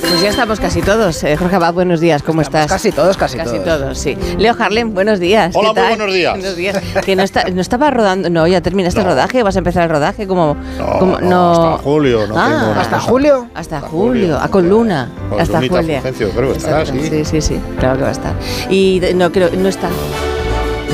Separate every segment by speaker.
Speaker 1: Pues ya estamos casi todos. Eh, Jorge Abad, buenos días, ¿cómo estás?
Speaker 2: Casi todos, casi,
Speaker 1: Casi todos, sí. Leo Harlem, buenos días.
Speaker 3: Hola,
Speaker 1: ¿qué
Speaker 3: muy
Speaker 1: tal?
Speaker 3: buenos días.
Speaker 1: Buenos días. Que no, está- no estaba rodando. No, ya terminaste el
Speaker 3: No.
Speaker 1: rodaje, vas a empezar el rodaje. como
Speaker 3: No,
Speaker 1: como-
Speaker 3: no, hasta julio, no
Speaker 1: Ah,
Speaker 3: tengo una
Speaker 2: ¿Hasta
Speaker 3: cosa.
Speaker 2: julio?
Speaker 1: Hasta julio, ah, con Luna.
Speaker 3: Con
Speaker 1: hasta
Speaker 3: Lunita
Speaker 1: julio.
Speaker 3: Fulgencio, creo que estará,
Speaker 1: Exacto,
Speaker 3: sí.
Speaker 1: sí, sí, sí, claro que va a estar. Y de- no creo, no está,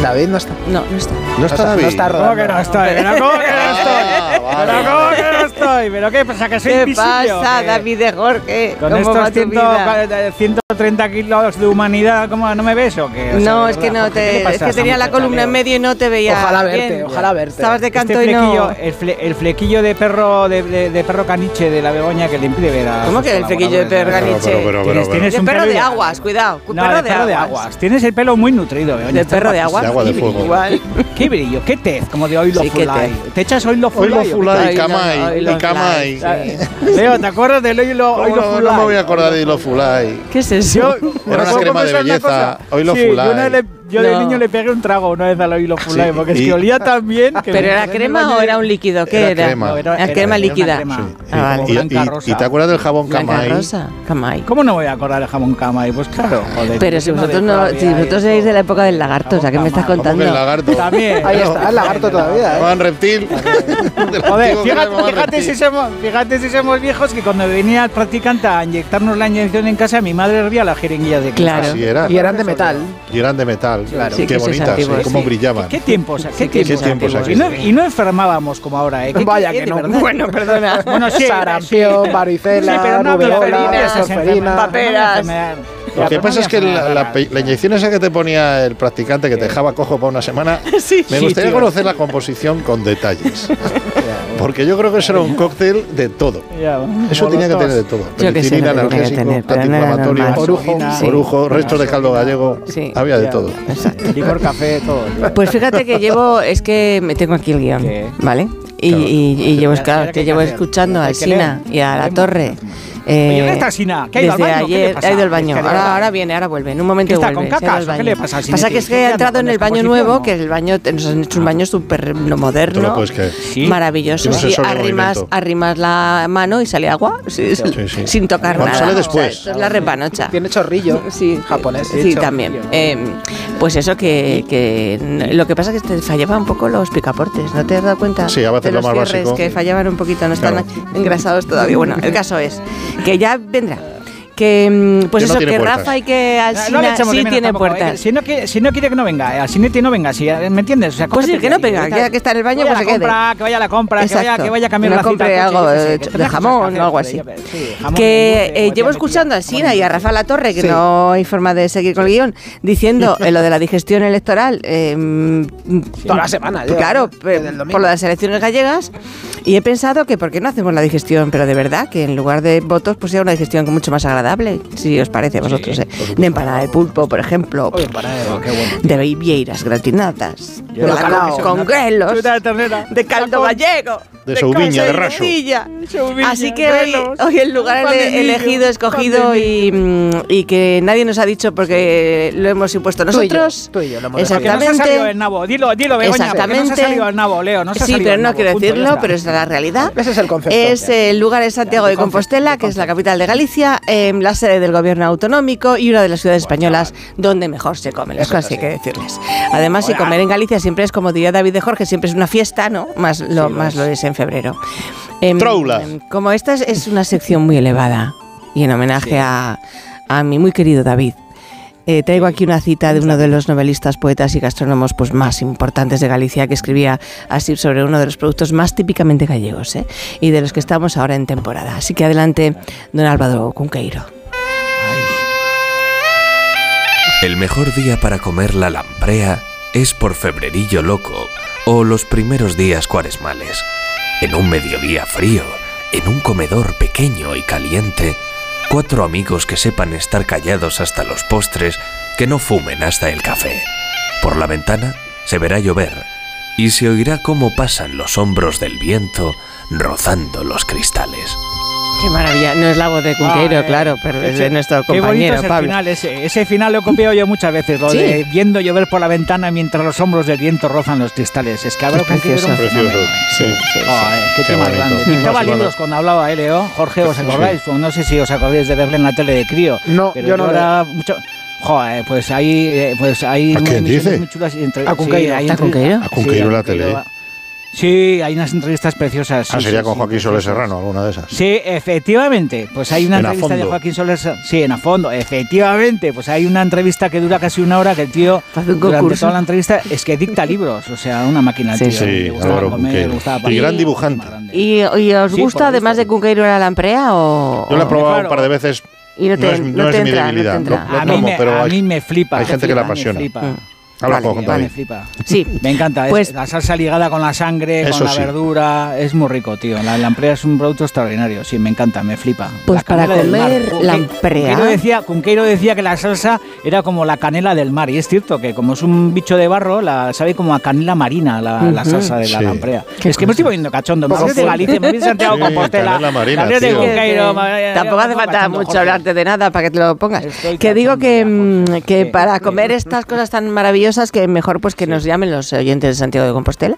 Speaker 2: David no está.
Speaker 1: no, no está.
Speaker 3: No está David.
Speaker 2: No está
Speaker 4: ¿Cómo que
Speaker 2: rodando.
Speaker 4: no estoy? ¿Pero cómo que no estoy?
Speaker 3: Ah, vale,
Speaker 4: ¿Pero cómo
Speaker 3: vale.
Speaker 4: que no estoy? ¿Pero qué pasa? ¿Que soy
Speaker 1: ¿Qué
Speaker 4: invisible o
Speaker 1: pasa,
Speaker 4: qué?
Speaker 1: David de Jorge?
Speaker 4: Con
Speaker 1: ¿Cómo va
Speaker 4: estos
Speaker 1: tu vida?
Speaker 4: 140, 130 kilos de humanidad, ¿cómo no me ves o qué? O sea,
Speaker 1: No,
Speaker 4: de
Speaker 1: es que
Speaker 4: verdad,
Speaker 1: no
Speaker 4: Jorge, ¿qué
Speaker 1: te,
Speaker 4: le pasa
Speaker 1: es
Speaker 4: a
Speaker 1: que
Speaker 4: esta
Speaker 1: tenía la
Speaker 4: muchacha,
Speaker 1: columna en
Speaker 4: Leo?
Speaker 1: medio y no te veía.
Speaker 2: Ojalá verte,
Speaker 1: bien.
Speaker 2: ojalá verte.
Speaker 1: Estabas de
Speaker 4: Este
Speaker 1: canto y
Speaker 4: flequillo,
Speaker 1: no.
Speaker 4: el, fle- el flequillo de perro de, de- de perro caniche de la Begoña que le impide ver
Speaker 3: Ah,
Speaker 4: a
Speaker 1: ¿Cómo
Speaker 3: pues
Speaker 4: sus
Speaker 1: que el flequillo de perro
Speaker 4: colaboradores,
Speaker 1: caniche?
Speaker 3: Pero, pero, pero, pero,
Speaker 4: Tienes-
Speaker 3: pero.
Speaker 4: tienes- es
Speaker 1: De
Speaker 4: un
Speaker 1: perro
Speaker 4: pelo
Speaker 1: de
Speaker 4: ideal.
Speaker 1: aguas, cuidado, cu-
Speaker 4: ¿verdad? No, de perro de aguas. Tienes el pelo muy nutrido, Begoña.
Speaker 1: De
Speaker 4: estás
Speaker 1: perro de
Speaker 4: guapísima.
Speaker 1: aguas.
Speaker 3: De agua de fuego.
Speaker 1: Igual.
Speaker 4: Qué brillo, qué tez, como de hoy lo
Speaker 1: Sí, qué
Speaker 4: fulai.
Speaker 1: tez.
Speaker 4: ¿Te echas hoy lo
Speaker 3: Hoy lo
Speaker 4: fulai o qué?
Speaker 3: fulai.
Speaker 1: Ay,
Speaker 3: Kamai,
Speaker 1: ay,
Speaker 3: y
Speaker 1: los
Speaker 3: Kamai.
Speaker 1: likes, sí.
Speaker 4: Leo, ¿te acuerdas del hoy lo, hoy
Speaker 3: ¿Cómo
Speaker 4: lo
Speaker 3: no, no
Speaker 4: fulai?
Speaker 3: me voy a acordar de Hilo Fulai.
Speaker 1: ¿Qué es eso?
Speaker 3: Era una
Speaker 4: ¿puedo
Speaker 3: crema
Speaker 4: confesar
Speaker 3: de
Speaker 4: una
Speaker 3: belleza,
Speaker 4: cosa?
Speaker 3: Oilo
Speaker 4: sí,
Speaker 3: Fulai.
Speaker 4: Yo, una vez le- yo
Speaker 1: No.
Speaker 4: de niño le pegué un trago una vez al oilo fulai,
Speaker 3: Sí,
Speaker 4: porque es
Speaker 3: y-
Speaker 4: que olía tan bien que...
Speaker 1: ¿Pero
Speaker 4: me
Speaker 1: era
Speaker 4: puse en el
Speaker 1: crema
Speaker 4: baño
Speaker 1: o
Speaker 4: y-
Speaker 1: era un líquido? ¿Qué
Speaker 3: Era
Speaker 1: era?
Speaker 3: crema. No,
Speaker 4: era-
Speaker 1: Era
Speaker 4: era-
Speaker 1: crema
Speaker 4: era una
Speaker 1: líquida.
Speaker 4: crema.
Speaker 1: Ah, vale.
Speaker 3: Y, y-
Speaker 4: Blanca
Speaker 3: y-
Speaker 4: rosa.
Speaker 3: y te acuerdas del jabón
Speaker 1: Blanca
Speaker 3: Kamai?
Speaker 1: rosa, Kamai.
Speaker 4: ¿Cómo no me voy a acordar del jamón camay? Pues claro, joder.
Speaker 1: Pero
Speaker 4: yo
Speaker 1: si
Speaker 4: soy
Speaker 1: vosotros
Speaker 4: una
Speaker 1: no,
Speaker 4: de
Speaker 1: si
Speaker 4: Flavia,
Speaker 1: vosotros
Speaker 4: eso.
Speaker 1: seréis de la época del lagarto, o sea, ¿qué me estás
Speaker 4: Jamón
Speaker 3: ¿Cómo que el
Speaker 1: contando?
Speaker 3: lagarto?
Speaker 4: También.
Speaker 2: Ahí está, el lagarto todavía. ¿eh?
Speaker 3: Llamaban reptil. Del
Speaker 4: Joder,
Speaker 3: antiguo que
Speaker 4: fíjate,
Speaker 3: llamaban
Speaker 4: fíjate si
Speaker 3: reptil.
Speaker 4: somos, fíjate si somos viejos que cuando venía el practicante a inyectarnos la inyección en casa, mi madre hervía las jeringuillas de cristal.
Speaker 1: Claro.
Speaker 3: Así era.
Speaker 2: Y eran de metal.
Speaker 3: Y eran de metal.
Speaker 2: Claro.
Speaker 1: Sí,
Speaker 3: Qué
Speaker 1: que sois
Speaker 3: bonitas,
Speaker 1: antiguos,
Speaker 3: ¿eh? cómo
Speaker 1: sí.
Speaker 3: brillaban.
Speaker 4: ¿Qué tiempos? ¿Qué
Speaker 1: Sí, qué
Speaker 4: tiempos?
Speaker 3: tiempos
Speaker 4: aquellos? y, no, y no enfermábamos como ahora, ¿eh? ¿Qué
Speaker 2: Vaya que
Speaker 4: tiene,
Speaker 2: no.
Speaker 4: verdad?
Speaker 1: Bueno, perdona.
Speaker 4: Bueno, sí,
Speaker 2: Sarampión, varicela,
Speaker 4: Sí, pero no
Speaker 2: rubeola,
Speaker 4: tosferina, esas
Speaker 2: tosferina.
Speaker 4: enfermedades,
Speaker 1: Paperas.
Speaker 4: no enfermedades.
Speaker 3: Lo que
Speaker 4: Pero
Speaker 3: pasa
Speaker 4: no
Speaker 3: es que la,
Speaker 4: enfermedades
Speaker 3: la
Speaker 4: raras.
Speaker 3: pe- la inyección esa que te ponía el practicante que te dejaba cojo para una semana,
Speaker 1: Sí.
Speaker 3: me
Speaker 4: Sí,
Speaker 3: gustaría
Speaker 4: tío.
Speaker 3: conocer la composición con detalles. Porque yo creo que eso era un cóctel de todo.
Speaker 4: Ya, bueno,
Speaker 3: Eso tenía que
Speaker 4: molotov.
Speaker 3: tener de todo.
Speaker 1: Yo que sé,
Speaker 3: Penicilina,
Speaker 1: lo que tenía que
Speaker 3: analgésico,
Speaker 1: tener, pero no era
Speaker 3: antiinflamatorio,
Speaker 1: normal.
Speaker 3: orujo,
Speaker 4: Sí.
Speaker 3: orujo, restos de caldo gallego,
Speaker 1: Sí.
Speaker 3: había de
Speaker 4: Ya.
Speaker 3: todo.
Speaker 4: Licor, café, todo. tío.
Speaker 1: Pues fíjate que llevo, es que me tengo aquí el guión,
Speaker 4: ¿Qué?
Speaker 1: ¿vale? Y,
Speaker 3: Claro.
Speaker 1: y- y llevo,
Speaker 4: Ya,
Speaker 1: claro,
Speaker 4: ya
Speaker 1: te
Speaker 4: que
Speaker 1: llevo
Speaker 4: hacer.
Speaker 1: escuchando
Speaker 4: Hay
Speaker 1: a
Speaker 4: que
Speaker 1: Sina
Speaker 4: leer.
Speaker 1: y a La
Speaker 4: Hay
Speaker 1: Torre.
Speaker 4: muchas cosas.
Speaker 1: eh,
Speaker 4: Oye, ¿dónde está Sina? ¿Que ha ido al
Speaker 1: desde
Speaker 4: baño? ¿Qué le
Speaker 1: ayer
Speaker 4: pasa?
Speaker 1: ha ido al
Speaker 4: Es
Speaker 1: baño.
Speaker 4: que de
Speaker 1: Ahora,
Speaker 4: verdad.
Speaker 1: ahora viene, ahora vuelve. En un momento
Speaker 4: ¿Qué está,
Speaker 1: vuelve.
Speaker 4: con
Speaker 1: se ha ido
Speaker 4: cacas
Speaker 1: al
Speaker 4: o qué
Speaker 1: baño.
Speaker 4: le pasa a Sina?
Speaker 1: Pasa que es que
Speaker 4: ¿Qué- qué
Speaker 1: ha
Speaker 4: anda
Speaker 1: entrado
Speaker 4: con
Speaker 1: en el baño
Speaker 4: descomposición,
Speaker 1: nuevo,
Speaker 4: no? Ah.
Speaker 1: que es el baño, nos han hecho un baño súper
Speaker 3: Tú
Speaker 1: moderno.
Speaker 3: no puedes creer.
Speaker 4: Sí.
Speaker 1: Maravilloso.
Speaker 3: Tiene un
Speaker 1: sí,
Speaker 3: sensor de
Speaker 1: arrimas,
Speaker 3: movimiento.
Speaker 1: arrimas la mano y sale agua sí,
Speaker 3: Sí, sí.
Speaker 1: sin tocar
Speaker 3: Bueno,
Speaker 1: nada.
Speaker 3: sale después.
Speaker 1: O sea, esto es la repanocha.
Speaker 2: Tiene chorrillo.
Speaker 1: Sí,
Speaker 2: Japonés.
Speaker 1: Sí, también. Eh, pues eso que, que n- lo que pasa es que te fallaban un poco los picaportes, ¿no te has dado cuenta?
Speaker 3: Sí, a veces
Speaker 1: De
Speaker 3: lo
Speaker 1: los
Speaker 3: más
Speaker 1: cierres
Speaker 3: básico.
Speaker 1: que fallaban un poquito, no están
Speaker 3: Claro.
Speaker 1: engrasados todavía. Bueno, el caso es que ya vendrá. Que mm, pues
Speaker 3: Que no
Speaker 1: eso
Speaker 3: tiene
Speaker 1: que
Speaker 3: puertas.
Speaker 1: Rafa y que
Speaker 4: No,
Speaker 1: Alsina
Speaker 4: no le echamos
Speaker 1: sí
Speaker 4: de menos
Speaker 1: tiene
Speaker 4: tampoco, ¿eh?
Speaker 1: puertas.
Speaker 4: Si no, quiere, si no quiere que no venga, eh, al cine que no venga, si, eh, ¿me entiendes? O sea,
Speaker 1: Pues sí,
Speaker 4: cógete
Speaker 1: que no
Speaker 4: el día,
Speaker 1: venga,
Speaker 4: y tal.
Speaker 1: que- que está en el baño,
Speaker 4: Vaya
Speaker 1: pues
Speaker 4: a
Speaker 1: se
Speaker 4: la
Speaker 1: quede.
Speaker 4: compra, que vaya a la compra, que
Speaker 1: Exacto.
Speaker 4: vaya, que vaya a cambiar
Speaker 1: Que no
Speaker 4: la cita al
Speaker 1: compre
Speaker 4: coche,
Speaker 1: algo
Speaker 4: yo qué sé,
Speaker 1: de-
Speaker 4: que
Speaker 1: de
Speaker 4: tendrá cosas
Speaker 1: jamón
Speaker 4: que hacer
Speaker 1: o algo
Speaker 4: por
Speaker 1: así.
Speaker 4: ahí, ya- sí, jamón,
Speaker 1: que
Speaker 4: dulce,
Speaker 1: eh,
Speaker 4: guayabetilla,
Speaker 1: llevo escuchando a Sina
Speaker 4: jamón
Speaker 1: y a
Speaker 4: dulce.
Speaker 1: Rafa La Torre, que
Speaker 2: Sí.
Speaker 1: no hay forma de seguir con el guión, diciendo eh, lo de la digestión electoral. eh, mm,
Speaker 2: Toda la semana, yo,
Speaker 1: Claro,
Speaker 2: desde el
Speaker 1: eh,
Speaker 2: domingo.
Speaker 1: por lo de las elecciones gallegas. Y he pensado que por qué no hacemos la digestión, pero de verdad que en lugar de votos, pues sea una digestión mucho más agradable, si os parece a vosotros. eh. De empanada de pulpo, por ejemplo.
Speaker 2: Oye, para, eh, qué bueno.
Speaker 1: De vieiras gratinadas, de
Speaker 2: lo
Speaker 1: bacalao
Speaker 2: calao.
Speaker 1: con grelos,
Speaker 4: Chuta de ternera.
Speaker 1: de caldo
Speaker 4: Sacón.
Speaker 1: gallego,
Speaker 3: De soubiña,
Speaker 1: caldo
Speaker 3: de raso.
Speaker 1: cebilla.
Speaker 4: Chauviña,
Speaker 1: Así que hoy,
Speaker 4: velos,
Speaker 1: hoy el lugar
Speaker 4: un
Speaker 1: ele-
Speaker 4: panelillo,
Speaker 1: elegido,
Speaker 4: un
Speaker 1: escogido
Speaker 4: panelillo.
Speaker 1: y, mm, y que nadie nos ha dicho porque lo hemos impuesto
Speaker 2: y yo,
Speaker 1: nosotros.
Speaker 2: tú y yo lo hemos
Speaker 4: Que no se ha salido el
Speaker 1: Exactamente.
Speaker 4: nabo, dilo, dilo, Begoña, que no se ha
Speaker 1: Exactamente.
Speaker 4: salido el nabo, Leo, no se ha
Speaker 1: Sí,
Speaker 4: salido
Speaker 1: pero no
Speaker 4: el nabo,
Speaker 1: quiero
Speaker 4: punto, ya
Speaker 1: decirlo,
Speaker 4: está.
Speaker 1: pero es la realidad.
Speaker 2: Ese es el concepto.
Speaker 1: Es el lugar es Santiago
Speaker 4: Ya, de
Speaker 1: de
Speaker 4: concepto,
Speaker 1: Compostela,
Speaker 4: de
Speaker 1: que es la
Speaker 4: concepto.
Speaker 1: capital de Galicia, eh, la sede del gobierno autonómico y una de las ciudades españolas donde mejor se comen las cosas, hay que decirles. Además, si
Speaker 4: Hola.
Speaker 1: comer en Galicia siempre es, como diría David de Jorge, siempre es una fiesta, ¿no? Más lo, más lo es en febrero. Em,
Speaker 3: Troulas.
Speaker 1: em, como esta es, es una sección muy elevada y en homenaje a, a mi muy querido David. eh, traigo aquí una cita de uno de los novelistas, poetas y gastrónomos pues, más importantes de Galicia, que escribía así sobre uno de los productos más típicamente gallegos ¿eh? y de los que estamos ahora en temporada. Así que adelante, don Álvaro Cunqueiro.
Speaker 5: El mejor día para comer la lamprea es por febrerillo loco o los primeros días cuaresmales. En un mediodía frío, en un comedor pequeño y caliente, cuatro amigos que sepan estar callados hasta los postres, que no fumen hasta el café. Por la ventana se verá llover y se oirá cómo pasan los hombros del viento rozando los cristales.
Speaker 1: Qué maravilla. No es la voz de Cunqueiro, claro, pero es de nuestro
Speaker 4: Ah, Qué bonito
Speaker 1: compañero
Speaker 4: es el
Speaker 1: Pablo.
Speaker 4: final ese. Ese final lo he copiado yo muchas veces, lo
Speaker 1: Sí.
Speaker 4: de viendo llover por la ventana mientras los hombros del viento rozan los cristales. Es que habrá
Speaker 1: Es precioso.
Speaker 3: Precioso. Sí, sí, sí.
Speaker 4: eh. Oh,
Speaker 2: Ah, eh,
Speaker 4: qué,
Speaker 3: Qué
Speaker 4: tema
Speaker 3: bonito.
Speaker 4: grande.
Speaker 3: Sí,
Speaker 4: Pintaba
Speaker 3: sí, bueno.
Speaker 4: libros cuando hablaba él, ¿eh? ¿Oh? Jorge, ¿os acordáis? Pues no sé si os acordáis de verle en la tele de crío.
Speaker 2: No,
Speaker 4: pero
Speaker 2: yo no
Speaker 4: Era mucho... Joder, pues ahí... eh, Pues ahí
Speaker 3: ¿A quién
Speaker 4: emisiones
Speaker 3: dice?
Speaker 4: muy chulas y entre-
Speaker 2: A
Speaker 4: sí,
Speaker 2: Cunqueiro.
Speaker 4: hay
Speaker 1: ¿A
Speaker 4: entre-
Speaker 1: Cunqueiro?
Speaker 3: A Cunqueiro
Speaker 4: sí,
Speaker 3: la
Speaker 4: a Cunqueiro.
Speaker 3: tele.
Speaker 4: Sí, hay unas entrevistas preciosas.
Speaker 3: Ah,
Speaker 4: sí,
Speaker 3: sería
Speaker 4: sí,
Speaker 3: con
Speaker 4: sí,
Speaker 3: Joaquín Soler
Speaker 4: preciosas.
Speaker 3: Serrano, alguna de esas.
Speaker 4: Sí, efectivamente. Pues hay una
Speaker 3: En
Speaker 4: entrevista de
Speaker 3: Afondo.
Speaker 4: Joaquín Soler. Sí, en a fondo, efectivamente. Pues hay una entrevista que dura casi una hora que el tío
Speaker 1: Hace un
Speaker 4: durante
Speaker 1: concurso.
Speaker 4: toda la entrevista es que dicta libros, o sea, una máquina el
Speaker 1: Sí,
Speaker 4: tío.
Speaker 1: sí.
Speaker 4: Le
Speaker 3: Sí,
Speaker 4: gustaba
Speaker 3: Álvaro
Speaker 4: comer, le
Speaker 3: Cunqueiro.
Speaker 4: gustaba
Speaker 3: Y
Speaker 4: pasear,
Speaker 3: gran
Speaker 4: era
Speaker 3: dibujante.
Speaker 4: más grande.
Speaker 1: ¿Y, y os
Speaker 4: Sí,
Speaker 1: gusta
Speaker 4: por lo
Speaker 1: además
Speaker 4: visto.
Speaker 1: de Cunqueiro la lamprea o.?
Speaker 3: Yo la he probado
Speaker 4: Claro.
Speaker 3: un par de veces.
Speaker 1: Y no te-
Speaker 3: es,
Speaker 1: no te
Speaker 3: es mi
Speaker 1: entra, no te
Speaker 3: debilidad.
Speaker 1: entra.
Speaker 3: Lo-
Speaker 4: a,
Speaker 3: lo
Speaker 4: mí
Speaker 3: tomo,
Speaker 4: me,
Speaker 3: pero
Speaker 4: a
Speaker 3: hay-
Speaker 4: mí me flipa.
Speaker 3: hay
Speaker 4: me
Speaker 3: gente que
Speaker 4: flipa,
Speaker 3: la
Speaker 4: me
Speaker 3: apasiona.
Speaker 4: flipa.
Speaker 1: Mm.
Speaker 3: Habla
Speaker 4: Vale,
Speaker 3: con
Speaker 4: vale,
Speaker 3: David.
Speaker 4: flipa.
Speaker 1: Sí.
Speaker 4: Me encanta, es-
Speaker 1: Pues-
Speaker 4: la salsa ligada con la sangre,
Speaker 3: Eso
Speaker 4: con la
Speaker 3: sí.
Speaker 4: verdura, es muy rico, tío. La lamprea es un producto extraordinario, sí, me encanta, me flipa.
Speaker 1: Pues
Speaker 4: La
Speaker 1: para
Speaker 4: canela del mar.
Speaker 1: comer
Speaker 4: Cunque-
Speaker 1: lamprea.
Speaker 4: Cunqueiro decía, Cunqueiro decía que la salsa era como la canela del mar, y es cierto que como es un bicho de barro, la sabe como a canela marina la, la
Speaker 1: Ujú.
Speaker 4: salsa de la
Speaker 3: Sí.
Speaker 4: lamprea. Es
Speaker 1: Qué
Speaker 4: que me estoy poniendo cachondo, me
Speaker 2: Poco
Speaker 4: hablé de
Speaker 2: fuerte.
Speaker 4: Galicia, me hablé de Santiago
Speaker 3: Sí,
Speaker 4: Compostela,
Speaker 3: canela
Speaker 4: me
Speaker 3: marina,
Speaker 4: hablé de
Speaker 3: tío.
Speaker 4: Cunqueiro, me-
Speaker 1: Tampoco hace
Speaker 4: me pongo
Speaker 1: falta
Speaker 4: eh, cachondo,
Speaker 1: mucho
Speaker 4: Jorge.
Speaker 1: hablarte de nada para que te lo pongas.
Speaker 4: Estoy
Speaker 1: que digo
Speaker 4: cachondo
Speaker 1: que,
Speaker 4: ya, Jorge.
Speaker 1: mm, que
Speaker 4: Sí.
Speaker 1: para comer estas cosas tan maravillosas que mejor pues que nos llamen los oyentes de Santiago de Compostela.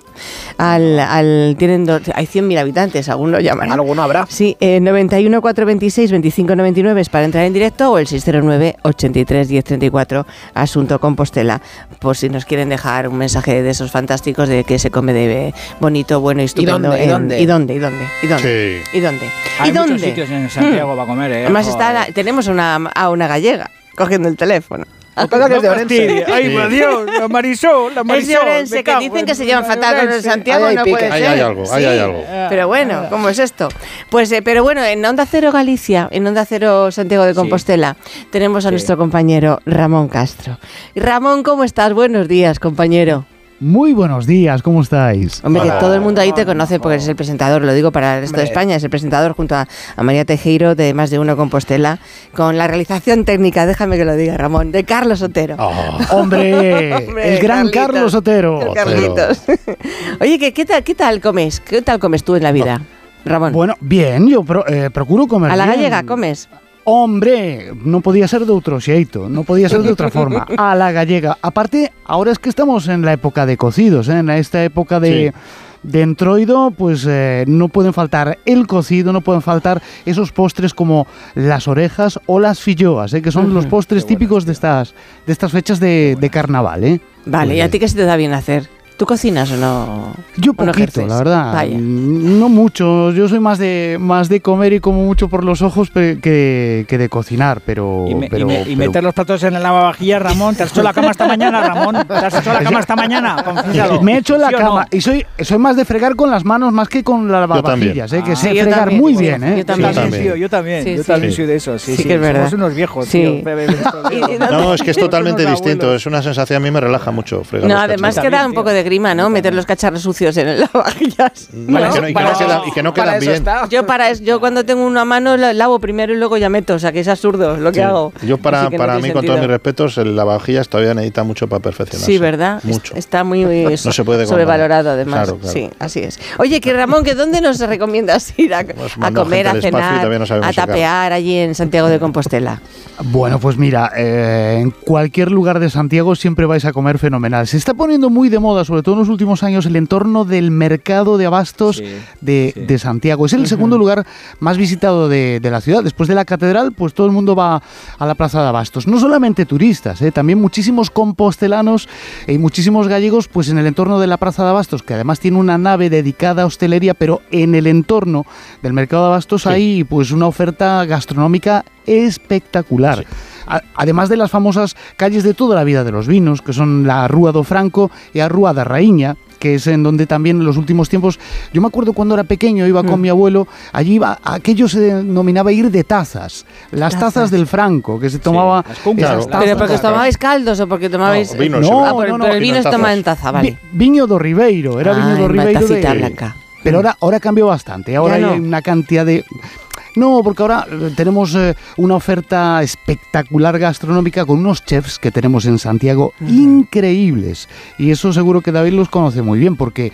Speaker 1: Al, al- tienen do- hay 100.000 habitantes, algún lo llaman.
Speaker 2: Alguno habrá.
Speaker 1: Sí, eh, 91 426 2599 es para entrar en directo o el 609 83 1034 asunto Compostela. Por si nos quieren dejar un mensaje de esos fantásticos de que se come de bonito, bueno y estupendo.
Speaker 2: dónde? ¿Y
Speaker 1: en-
Speaker 2: dónde?
Speaker 1: ¿Y dónde? ¿Y dónde? ¿Y dónde?
Speaker 3: Sí.
Speaker 1: ¿Y dónde?
Speaker 4: Hay
Speaker 1: ¿Y
Speaker 4: muchos
Speaker 1: dónde? Hmm.
Speaker 4: sitios en Santiago para comer, eh.
Speaker 1: Además está
Speaker 4: joder.
Speaker 1: la- tenemos una, a una gallega cogiendo el teléfono.
Speaker 4: Ah,
Speaker 2: Lo que pasa que es de Orense.
Speaker 4: fastidia. Ay,
Speaker 3: Sí.
Speaker 4: por Dios, la Marisol, la
Speaker 1: Es
Speaker 4: Marisol.
Speaker 1: de Orense, que
Speaker 4: me cago
Speaker 1: dicen
Speaker 4: en-
Speaker 1: que se llevan
Speaker 4: la
Speaker 1: fatal con el
Speaker 4: Orense.
Speaker 1: Santiago,
Speaker 2: Ahí hay
Speaker 1: no puede
Speaker 2: pique.
Speaker 3: Ahí
Speaker 1: ser.
Speaker 3: hay algo, ahí
Speaker 1: Sí. Ah.
Speaker 3: hay algo.
Speaker 1: Pero bueno, ¿cómo es esto? Pues, eh, pero bueno, en Onda Cero Galicia, en Onda Cero Santiago de Compostela, tenemos a nuestro compañero Ramón Castro. Ramón, ¿cómo estás? Buenos días, compañero.
Speaker 6: Muy buenos días, ¿cómo estáis?
Speaker 1: Hombre,
Speaker 3: Hola.
Speaker 1: que todo el mundo ahí te conoce porque eres el presentador, lo digo para el resto de España, es el presentador junto a, a María Tejero de Más de Uno Compostela, con la realización técnica, déjame que lo diga Ramón, de Carlos Otero.
Speaker 3: Ah,
Speaker 6: Hombre,
Speaker 1: Hombre,
Speaker 6: el gran
Speaker 1: Carlitos.
Speaker 6: Carlos Oh, Otero.
Speaker 1: El Carlitos. Oye, ¿qué, qué, tal, ¿qué tal comes? ¿Qué tal comes tú en la vida, Ramón?
Speaker 6: Oh. Bueno, bien, yo pro- eh, procuro comer.
Speaker 1: a la
Speaker 6: bien.
Speaker 1: gallega comes.
Speaker 6: Hombre, no podía ser de otro xeito, no podía ser de otra forma. A la gallega. Aparte, ahora es que estamos en la época de cocidos, ¿eh? en esta época de... De entroido, pues eh, no pueden faltar el cocido, no pueden faltar esos postres como las orejas o las filloas, ¿eh? que son los postres típicos de estas, de estas fechas de, de carnaval. ¿eh?
Speaker 1: Vale,
Speaker 6: Muy
Speaker 1: ¿y a
Speaker 6: bien.
Speaker 1: ti qué se te da bien hacer? ¿Tú cocinas o no?
Speaker 6: Yo
Speaker 1: o no
Speaker 6: poquito,
Speaker 1: ejerces?
Speaker 6: la verdad.
Speaker 1: Vaya.
Speaker 6: Mm, No mucho. Yo soy más de más de comer y como mucho por los ojos pe- que, que de cocinar, pero
Speaker 4: Y, me- y
Speaker 6: Oh, pero-
Speaker 4: me- y
Speaker 6: pero-
Speaker 4: meter los platos en el lavavajillas, Ramón. ¿Te has hecho la cama esta mañana, Ramón? ¿Te has hecho la cama esta mañana? Confiésalo.
Speaker 6: me he hecho la
Speaker 4: ¿Sí o no?
Speaker 6: cama y soy soy más de fregar con las manos más que con las
Speaker 3: también.
Speaker 6: lavavajillas, ¿eh? que
Speaker 4: Ah,
Speaker 6: sé
Speaker 1: yo
Speaker 6: fregar
Speaker 1: también,
Speaker 6: muy
Speaker 1: sí,
Speaker 6: bien, ¿eh?
Speaker 1: yo
Speaker 4: Yo
Speaker 1: también.
Speaker 4: también,
Speaker 3: Sí.
Speaker 4: tío, yo también.
Speaker 1: Sí,
Speaker 4: yo
Speaker 1: sí.
Speaker 4: también
Speaker 3: Sí.
Speaker 4: soy de eso. Sí,
Speaker 1: Sí que es verdad.
Speaker 4: Somos unos viejos,
Speaker 1: Sí.
Speaker 4: tío. Bebe estos
Speaker 1: Y- y
Speaker 4: viejos.
Speaker 1: no-
Speaker 3: No, es que es
Speaker 4: Somos
Speaker 3: totalmente
Speaker 4: unos
Speaker 3: distinto.
Speaker 4: abuelos.
Speaker 3: Es una sensación, a mí me relaja mucho fregar
Speaker 1: No,
Speaker 3: los
Speaker 1: además
Speaker 3: cachos.
Speaker 1: que
Speaker 4: cachos.
Speaker 1: da un poco de grima, ¿no?
Speaker 4: También,
Speaker 1: Meter
Speaker 4: tío.
Speaker 1: los cacharros sucios en el lavavajillas.
Speaker 3: No, y que no- y que no
Speaker 2: Para-
Speaker 3: quedan- y que no
Speaker 2: para
Speaker 3: quedan
Speaker 2: eso
Speaker 3: bien.
Speaker 2: está.
Speaker 1: Yo para es- yo cuando tengo una mano la- lavo primero y luego ya meto, o sea que es absurdo lo que
Speaker 3: Sí.
Speaker 1: hago.
Speaker 3: Yo para,
Speaker 1: Así que no
Speaker 3: para mí,
Speaker 1: tiene
Speaker 3: con todos mis
Speaker 1: sentido.
Speaker 3: respetos, el lavavajillas todavía necesita mucho para perfeccionarse.
Speaker 1: Sí, ¿verdad?
Speaker 3: Mucho.
Speaker 1: Está muy eh,
Speaker 3: No se puede con
Speaker 1: sobrevalorado
Speaker 3: nada.
Speaker 1: además.
Speaker 3: Claro, claro.
Speaker 1: Sí, así es. Oye, que Ramón, que ¿dónde nos recomiendas ir a,
Speaker 3: Hemos
Speaker 1: a
Speaker 3: mandado
Speaker 1: comer,
Speaker 3: Pues gente al
Speaker 1: a
Speaker 3: espacio y todavía
Speaker 1: cenar,
Speaker 3: no
Speaker 1: a
Speaker 3: sabemos sacar.
Speaker 1: tapear allí en Santiago de Compostela?
Speaker 6: Bueno, pues mira, eh, en cualquier lugar de Santiago siempre vais a comer fenomenal. Se está poniendo muy de moda, sobre todo en los últimos años, el entorno del mercado de abastos
Speaker 4: Sí,
Speaker 6: de,
Speaker 4: sí.
Speaker 6: de Santiago. Es el segundo lugar más visitado de, de la ciudad. Después de la catedral, pues todo el mundo va a la plaza de abastos. No solamente turistas, eh, también muchísimos compostelanos y muchísimos gallegos, pues en el entorno de la plaza de abastos, que además tiene una nave dedicada a hostelería, pero en el entorno del mercado de abastos hay pues una oferta gastronómica espectacular. A- Además de las famosas calles de toda la vida de los vinos, que son la Rúa do Franco y la Rúa da Raíña, que es en donde también en los últimos tiempos, yo me acuerdo cuando era pequeño, iba con mi abuelo, allí iba, aquello se denominaba ir de tazas, las tazas,
Speaker 1: Tazas.
Speaker 6: del Franco, que se tomaba...
Speaker 4: las cuncas,
Speaker 6: esas
Speaker 3: claro.
Speaker 6: tazas.
Speaker 1: ¿Pero porque os
Speaker 3: claro.
Speaker 1: tomabais caldos o porque tomabais...?
Speaker 3: No, vino,
Speaker 6: No,
Speaker 1: Ah,
Speaker 3: seguro.
Speaker 1: pero,
Speaker 6: no, no,
Speaker 1: pero el
Speaker 3: vino
Speaker 1: vino
Speaker 3: en
Speaker 1: se toma
Speaker 3: tazas.
Speaker 1: en taza,
Speaker 6: Vi-
Speaker 1: Ah, vale.
Speaker 6: Viño do Ribeiro, era
Speaker 1: Ah,
Speaker 6: Viño do
Speaker 1: en
Speaker 6: Ribeiro
Speaker 1: tacita
Speaker 6: de-
Speaker 1: blanca.
Speaker 6: Pero ahora, ahora cambió bastante. Ahora
Speaker 1: Mm. Ya no.
Speaker 6: hay una cantidad de. No, porque ahora eh, tenemos eh, una oferta espectacular gastronómica con unos chefs que tenemos en Santiago increíbles. Y eso seguro que David los conoce muy bien, porque